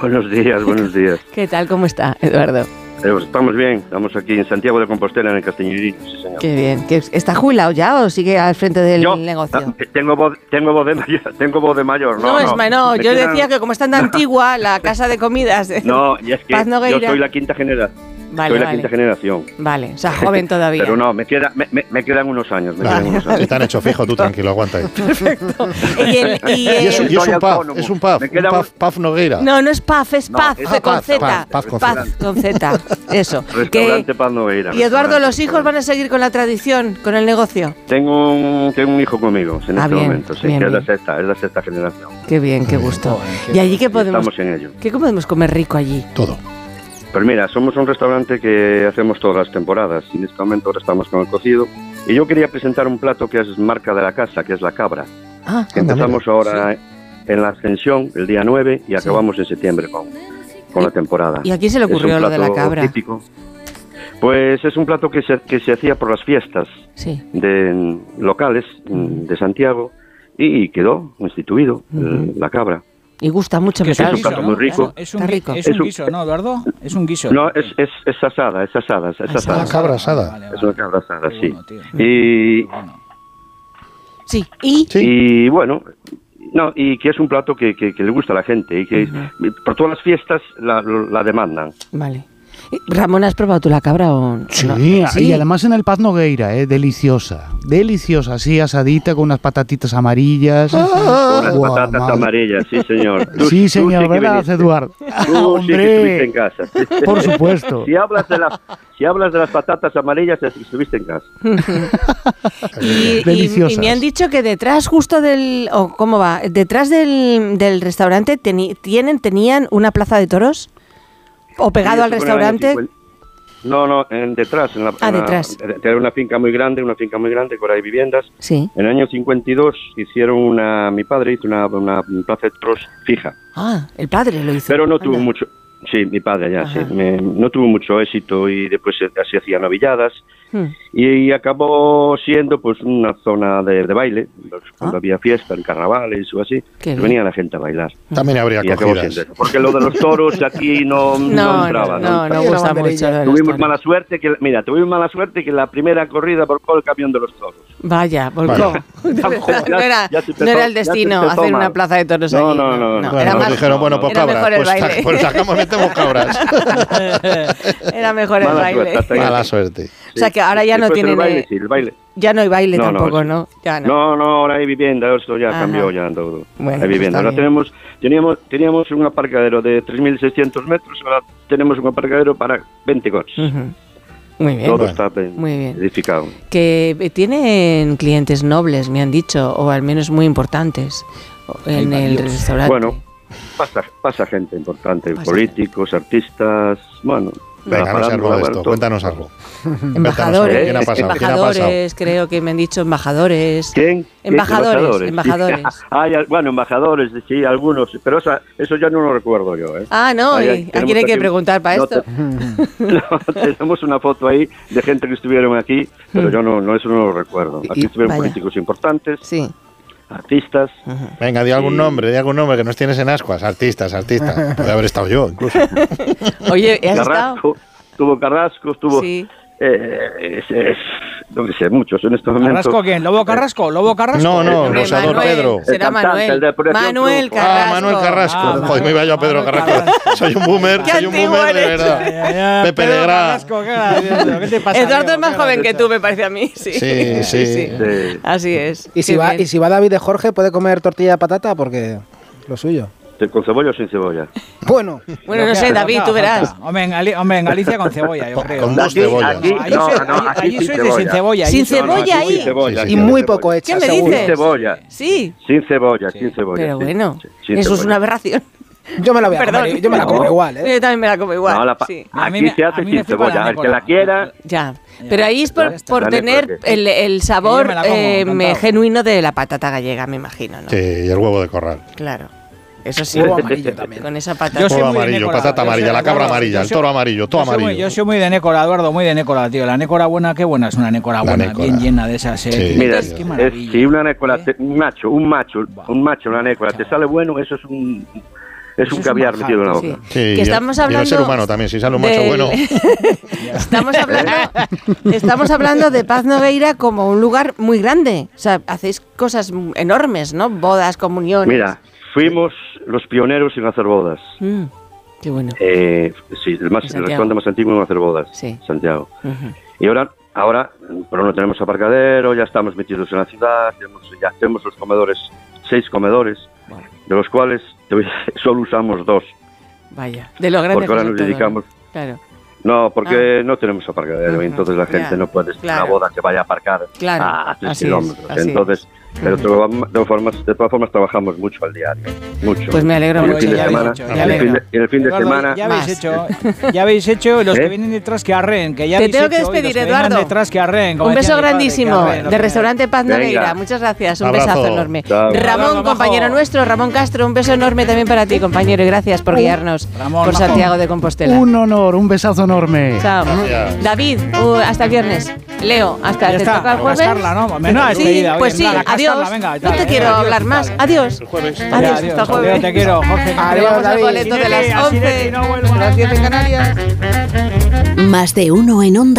Speaker 2: Buenos días, buenos días.
Speaker 1: ¿Qué tal? ¿Cómo está, Eduardo?
Speaker 2: Eh, pues estamos bien, estamos aquí en Santiago de Compostela, en el Castellurí, sí señor.
Speaker 1: Qué bien. ¿Qué- ¿Está jubilado ya o sigue al frente del negocio?
Speaker 2: Ah, Tengo voz, tengo voz de mayor, tengo voz de mayor,
Speaker 1: No,
Speaker 2: no.
Speaker 1: es ma- no,
Speaker 2: Me
Speaker 1: yo
Speaker 2: quedan-
Speaker 1: decía que como está tan antigua la casa de comidas de
Speaker 2: No, y es que
Speaker 1: Paz
Speaker 2: yo
Speaker 1: Nogueira.
Speaker 2: soy la quinta generación.
Speaker 1: Vale,
Speaker 2: soy la
Speaker 1: vale.
Speaker 2: quinta generación.
Speaker 1: Vale, o sea, joven todavía.
Speaker 2: Pero no, me, queda, me, me- me quedan unos años. Me quedan unos años.
Speaker 3: Te han hecho fijo, tú tranquilo, aguanta ahí.
Speaker 1: Eh, Perfecto. Y el- y
Speaker 3: Y es, un- y es
Speaker 2: Soy
Speaker 3: un paf,
Speaker 2: autónomo.
Speaker 3: es un paf, un paf, paf Nogueira.
Speaker 1: No, no es paf, es
Speaker 3: No,
Speaker 1: paz,
Speaker 3: es
Speaker 1: con
Speaker 3: paz,
Speaker 1: Z.
Speaker 3: paz, paz con Z.
Speaker 1: con Z. Eso.
Speaker 2: Restaurante Paz Nogueira.
Speaker 1: Eh, Y Eduardo,
Speaker 2: restaurante.
Speaker 1: ¿los hijos van a seguir con la tradición, con el negocio?
Speaker 2: Tengo un, tengo un hijo conmigo en
Speaker 1: Ah,
Speaker 2: este
Speaker 1: bien,
Speaker 2: momento, sí,
Speaker 1: bien,
Speaker 2: que es la
Speaker 1: bien.
Speaker 2: sexta, es la sexta generación.
Speaker 1: Qué bien, qué gusto. ¿Y allí qué podemos,
Speaker 2: Estamos en ello.
Speaker 1: qué podemos comer rico allí?
Speaker 3: Todo.
Speaker 2: Pues mira, somos un restaurante que hacemos todas las temporadas y en este momento ahora estamos con el cocido. Y yo quería presentar un plato que es marca de la casa, que es la cabra.
Speaker 1: Ah,
Speaker 2: Que empezamos ahora en la ascensión el día 9 y acabamos en septiembre con, con la temporada.
Speaker 1: ¿Y a quién se le
Speaker 2: Es un
Speaker 1: ocurrió lo de la
Speaker 2: plato
Speaker 1: cabra?
Speaker 2: típico. Pues es un plato que se, que se hacía por las fiestas
Speaker 1: Sí.
Speaker 2: de locales mm, de Santiago y quedó instituido eh,
Speaker 1: Ujú.
Speaker 2: la cabra.
Speaker 1: Y gusta mucho,
Speaker 2: Que es
Speaker 1: claro.
Speaker 2: un plato muy rico.
Speaker 4: Es
Speaker 1: Está
Speaker 4: un,
Speaker 1: rico.
Speaker 4: gui- es un guiso, ¿no, Eduardo? Es un guiso.
Speaker 2: No, es, es, es asada, es asada, es asada.
Speaker 3: Una cabra asada.
Speaker 2: Es una cabra asada, sí. y,
Speaker 1: Sí, y...
Speaker 2: y bueno, no, y que es un plato que, que- que le gusta a la gente y que por todas las fiestas la, lo- la demandan.
Speaker 1: Vale. Eh, Ramón, ¿has probado tú la cabra o no?
Speaker 6: Sí, y además en el Paz Nogueira, eh, deliciosa. Deliciosa, así asadita con unas patatitas amarillas.
Speaker 7: Ah,
Speaker 2: Unas
Speaker 6: Guau,
Speaker 2: patatas
Speaker 6: madre.
Speaker 2: amarillas, sí, señor. Tú-
Speaker 6: Sí,
Speaker 2: tú
Speaker 6: señor,
Speaker 2: que
Speaker 6: ¿verdad,
Speaker 2: viniste.
Speaker 6: Eduardo?
Speaker 2: Tú sí que estuviste en
Speaker 6: Hombre,
Speaker 2: casa.
Speaker 6: Por supuesto.
Speaker 2: Si hablas de las, si hablas de las patatas amarillas, es que estuviste en casa.
Speaker 1: Y- y,
Speaker 2: Deliciosas.
Speaker 1: y me han dicho que detrás justo del... o ¿Cómo va? ¿Detrás del, del restaurante teni- tienen, tenían una plaza de toros? ¿O pegado
Speaker 2: Sí,
Speaker 1: al
Speaker 2: eso fue en el año
Speaker 1: restaurante?
Speaker 2: 50. No, no, en, detrás. En la,
Speaker 1: Ah,
Speaker 2: en la-
Speaker 1: detrás.
Speaker 2: Era una finca muy grande, una finca muy grande, que ahora hay viviendas.
Speaker 1: Sí.
Speaker 2: En el año 52 hicieron una, mi padre hizo una, una plaza de toros fija.
Speaker 1: Ah, el padre lo hizo.
Speaker 2: Pero no
Speaker 1: Anda.
Speaker 2: tuvo mucho, sí, mi padre ya, sí, Me- no tuvo mucho éxito y después se- así hacían novilladas
Speaker 1: Hmm.
Speaker 2: y acabó siendo pues una zona de, de baile, pues, cuando había fiesta, en carnavales o así,
Speaker 1: Ah. Qué bien.
Speaker 2: venía la gente a bailar.
Speaker 3: También habría
Speaker 2: Y acabó
Speaker 3: cogidas.
Speaker 2: siendo eso, porque lo de los toros aquí no, no,
Speaker 1: No,
Speaker 2: entraba.
Speaker 1: no, no, no
Speaker 2: entraba.
Speaker 1: gusta mucho lo de los
Speaker 2: Tuvimos
Speaker 1: toros.
Speaker 2: mala suerte, que, mira, tuvimos mala suerte que la primera corrida volcó el camión de los toros.
Speaker 1: Vaya, volcó. De verdad,
Speaker 2: Ya-
Speaker 1: no, era,
Speaker 2: ya se empezó-
Speaker 1: no era el
Speaker 2: ya se
Speaker 1: destino
Speaker 2: empezó
Speaker 1: hacer una
Speaker 2: mal.
Speaker 1: plaza de toros
Speaker 2: No,
Speaker 1: allí.
Speaker 2: no, no, no.
Speaker 1: era
Speaker 2: Bueno,
Speaker 1: más-
Speaker 2: dijeron, bueno, pues
Speaker 1: era
Speaker 2: cabras,
Speaker 1: mejor el
Speaker 2: pues sac-
Speaker 1: baile.
Speaker 2: pues sacamos,
Speaker 3: metemos cabras.
Speaker 1: Era mejor el
Speaker 2: Mala
Speaker 1: baile.
Speaker 2: suerte, hasta ahí.
Speaker 3: Mala suerte.
Speaker 1: O sea que ahora ya no
Speaker 2: Después del
Speaker 1: tienen...
Speaker 2: baile,
Speaker 1: eh,
Speaker 2: sí, el baile.
Speaker 1: Ya no hay baile
Speaker 2: No, no,
Speaker 1: tampoco,
Speaker 2: sí.
Speaker 1: ¿no? Ya no.
Speaker 2: No, no, ahora hay vivienda, esto ya
Speaker 1: Ajá.
Speaker 2: cambió, ya todo.
Speaker 1: Bueno, pues
Speaker 2: hay vivienda.
Speaker 1: está
Speaker 2: Ahora
Speaker 1: bien.
Speaker 2: tenemos, teníamos, teníamos un aparcadero de 3.600 metros, ahora tenemos un aparcadero para 20 coches.
Speaker 1: Muy Mm, bien.
Speaker 2: Todo
Speaker 1: Bueno.
Speaker 2: está eh,
Speaker 1: Muy bien.
Speaker 2: edificado.
Speaker 1: Que eh, tienen clientes nobles, me han dicho, o al menos muy importantes o- en el restaurante.
Speaker 2: Bueno, pasa, pasa gente importante, políticos, artistas, bueno. la
Speaker 3: Venga, no
Speaker 2: farándula,
Speaker 3: sé algo de
Speaker 2: bueno,
Speaker 3: esto.
Speaker 2: todo.
Speaker 3: Cuéntanos algo.
Speaker 1: embajadores,
Speaker 3: ¿Quién ha pasado? ¿Quién ha pasado?
Speaker 1: embajadores, creo que me han dicho embajadores.
Speaker 2: ¿Quién?
Speaker 1: Embajadores, embajadores.
Speaker 2: Ah, ya, bueno, embajadores, sí, algunos, pero esa- eso ya no lo recuerdo yo. ¿eh?
Speaker 1: Ah, no,
Speaker 2: Ahí
Speaker 1: y
Speaker 2: hay-
Speaker 1: ¿a
Speaker 2: tenemos
Speaker 1: quién hay que
Speaker 2: aquí-
Speaker 1: preguntar para
Speaker 2: No,
Speaker 1: esto?
Speaker 2: No, tenemos una foto ahí de gente que estuvieron aquí, pero
Speaker 1: Mm.
Speaker 2: yo no, no eso no lo recuerdo. Aquí
Speaker 3: Y-
Speaker 2: estuvieron
Speaker 3: vaya.
Speaker 2: políticos importantes,
Speaker 1: sí.
Speaker 2: artistas.
Speaker 3: Venga, di algún
Speaker 2: Sí.
Speaker 3: nombre, di algún nombre que nos tienes en ascuas. Artistas, artistas. Puede haber estado yo, incluso.
Speaker 1: Oye, ¿has
Speaker 2: Carrasco, tuvo Carrasco, tuvo...
Speaker 1: Sí.
Speaker 2: eh, es- es- no sé, muchos en este estos momentos.
Speaker 4: ¿Carrasco quién? ¿Lobo Carrasco? ¿Lobo Carrasco?
Speaker 3: No, no, Hombre, Boxeador Manuel, Pedro.
Speaker 2: será
Speaker 3: cantante,
Speaker 2: Manuel. el de Operación
Speaker 1: Manuel
Speaker 2: Triunfo.
Speaker 1: Carrasco.
Speaker 3: Ah, Manuel Carrasco. Joder, me iba yo a Pedro Carrasco. Soy un boomer,
Speaker 1: Qué
Speaker 3: soy un
Speaker 1: antiguo
Speaker 3: boomer de
Speaker 1: eres.
Speaker 3: verdad. Pepe de Gra.
Speaker 1: Eduardo es más joven que tú, me parece a mí. Sí,
Speaker 3: Sí, sí.
Speaker 1: Así es.
Speaker 5: Y si,
Speaker 1: Qué
Speaker 5: va,
Speaker 1: bien.
Speaker 5: y si va David de Jorge, puede comer tortilla de patata porque lo suyo.
Speaker 2: ¿Con cebolla o sin cebolla?
Speaker 5: Bueno,
Speaker 1: Bueno, no sé, David, tú verás.
Speaker 4: Hombre, en, Gali- hombre, en Galicia con cebolla, yo creo.
Speaker 3: Con dos
Speaker 2: Aquí-
Speaker 3: cebollas.
Speaker 2: aquí-
Speaker 4: Allí
Speaker 2: no,
Speaker 4: soy-
Speaker 2: no,
Speaker 4: allí-
Speaker 2: aquí
Speaker 4: allí
Speaker 2: sin
Speaker 4: soy de sin
Speaker 2: cebolla.
Speaker 4: cebolla,
Speaker 1: Sin
Speaker 2: No, no, aquí
Speaker 1: cebolla
Speaker 2: sin
Speaker 1: ahí.
Speaker 2: cebolla,
Speaker 5: y
Speaker 2: sin
Speaker 5: muy
Speaker 2: cebolla.
Speaker 5: poco hecha.
Speaker 1: ¿Qué me
Speaker 5: seguro.
Speaker 1: dices?
Speaker 2: Sin cebolla.
Speaker 1: Sí,
Speaker 2: Sin cebolla, sin cebolla.
Speaker 1: pero
Speaker 2: sí,
Speaker 1: bueno,
Speaker 2: sí, sin
Speaker 1: eso es
Speaker 2: cebolla.
Speaker 1: una aberración.
Speaker 5: Yo me la voy a
Speaker 1: Perdón.
Speaker 5: comer, yo me la como
Speaker 2: No.
Speaker 5: igual, ¿eh?
Speaker 1: Yo también me la como igual.
Speaker 2: No, la pa-
Speaker 1: sí.
Speaker 2: Aquí se hace sin cebolla. El que la quiera,
Speaker 1: Ya, pero ahí es
Speaker 2: Ya
Speaker 1: por,
Speaker 2: está.
Speaker 1: por
Speaker 2: Dale,
Speaker 1: tener
Speaker 2: porque-
Speaker 1: el, el
Speaker 4: Yo
Speaker 1: sabor
Speaker 4: me la como,
Speaker 1: eh,
Speaker 4: encantado.
Speaker 1: me- genuino de la patata gallega, me imagino, ¿no?
Speaker 3: Sí, y el huevo de corral.
Speaker 1: Claro. Eso sí,
Speaker 5: Huevo amarillo también.
Speaker 1: con esa patata.
Speaker 4: Yo soy
Speaker 3: Huevo
Speaker 4: muy de
Speaker 3: amarillo,
Speaker 4: Nécora,
Speaker 3: patata
Speaker 4: yo soy
Speaker 3: amarilla,
Speaker 4: de
Speaker 3: la cabra
Speaker 4: Nécora,
Speaker 3: amarilla,
Speaker 4: yo
Speaker 3: el
Speaker 4: soy-
Speaker 3: toro amarillo, todo
Speaker 4: yo soy muy-
Speaker 3: amarillo.
Speaker 4: yo soy muy de Nécora, Eduardo, muy de Nécora, tío. La Nécora buena, qué buena es una Nécora buena,
Speaker 3: Nécora.
Speaker 4: bien llena de esas. eh.
Speaker 3: Sí.
Speaker 2: mira,
Speaker 4: Qué
Speaker 2: es-
Speaker 4: maravilla. ¿eh?
Speaker 2: si una nécora, te- un macho, un macho, un macho, una nécora, te sale bueno, eso es un. Es un caviar metido en la boca.
Speaker 3: Sí,
Speaker 1: Que estamos
Speaker 3: y el- y el ser
Speaker 1: hablando
Speaker 3: humano también, si sale un macho
Speaker 1: del-
Speaker 3: bueno.
Speaker 1: Estamos hablando, estamos hablando de Paz Nogueira como un lugar muy grande. O sea, hacéis cosas enormes, ¿no? Bodas, comuniones.
Speaker 2: Mira, fuimos los pioneros en hacer bodas.
Speaker 1: Mm, qué bueno.
Speaker 2: Eh, sí, el, más, el
Speaker 1: Santiago.
Speaker 2: restaurante más antiguo en hacer bodas, Santiago. Y ahora, ahora, pero no tenemos aparcadero, ya estamos metidos en la ciudad, tenemos, ya tenemos los comedores, seis comedores, de los cuales te voy a decir, solo usamos dos.
Speaker 1: Vaya. De lo grande
Speaker 2: Porque ahora
Speaker 1: que son
Speaker 2: nos
Speaker 1: todos.
Speaker 2: dedicamos-
Speaker 1: Claro,
Speaker 2: No, porque no tenemos aparcadero, y entonces la gente
Speaker 1: Ah. Ya,
Speaker 2: no puede estar en
Speaker 1: claro.
Speaker 2: una boda que vaya a aparcar
Speaker 1: Claro,
Speaker 2: a tres
Speaker 1: así es,
Speaker 2: kilómetros.
Speaker 1: así es.
Speaker 2: entonces, pero de todas formas- de todas formas, de todas formas trabajamos mucho al diario, mucho.
Speaker 1: Pues me alegro
Speaker 2: Y el
Speaker 1: mucho,
Speaker 2: fin de
Speaker 1: ya habéis
Speaker 2: semana-
Speaker 1: hecho,
Speaker 2: y
Speaker 1: ya
Speaker 2: el fin
Speaker 1: alegro.
Speaker 2: de- y el fin de
Speaker 4: Eduardo,
Speaker 2: semana,
Speaker 4: Ya habéis hecho, ya habéis hecho, los
Speaker 2: ¿Eh?
Speaker 4: que vienen detrás que arreen, que ya
Speaker 1: Te
Speaker 4: habéis
Speaker 1: tengo
Speaker 4: hecho,
Speaker 1: que
Speaker 4: y los
Speaker 1: despedir,
Speaker 4: que vengan
Speaker 1: Eduardo.
Speaker 4: detrás que arreen, como
Speaker 1: Un
Speaker 4: decía
Speaker 1: beso
Speaker 4: mi padre, que
Speaker 1: grandísimo
Speaker 4: arreen, los
Speaker 1: de
Speaker 4: que-
Speaker 1: Restaurante Paz
Speaker 4: Venga.
Speaker 1: Nogueira. Muchas gracias, un
Speaker 4: Abrazo.
Speaker 1: besazo enorme.
Speaker 4: Chao. Abrazo,
Speaker 1: Ramón,
Speaker 4: majo.
Speaker 1: compañero nuestro, Ramón Castro, un beso enorme también para ti, compañero, y gracias
Speaker 3: Uh.
Speaker 1: por guiarnos por
Speaker 6: majo.
Speaker 1: Santiago de Compostela.
Speaker 6: Un honor, un besazo enorme.
Speaker 1: Chao. David, uh, hasta el viernes. Leo, hasta
Speaker 4: Ya
Speaker 1: te
Speaker 4: está,
Speaker 1: toca el
Speaker 4: a
Speaker 1: jueves.
Speaker 4: gastarla, ¿no? Menuda
Speaker 1: sí,
Speaker 4: despedida, oye,
Speaker 1: pues
Speaker 4: en
Speaker 1: sí,
Speaker 4: plan, a gastarla,
Speaker 1: adiós.
Speaker 4: venga,
Speaker 1: no te
Speaker 4: tal,
Speaker 1: quiero
Speaker 4: adiós,
Speaker 1: hablar más. Adiós. Adiós,
Speaker 4: Adiós,
Speaker 1: hasta el
Speaker 4: Leo,
Speaker 1: jueves.
Speaker 4: te quiero, Jorge.
Speaker 1: Adiós,
Speaker 4: Adiós,
Speaker 1: David.
Speaker 4: David.
Speaker 1: boleto de
Speaker 4: Así
Speaker 1: las
Speaker 4: de que
Speaker 1: 11.
Speaker 4: no
Speaker 1: Gracias en Canarias.
Speaker 10: Más de uno en Onda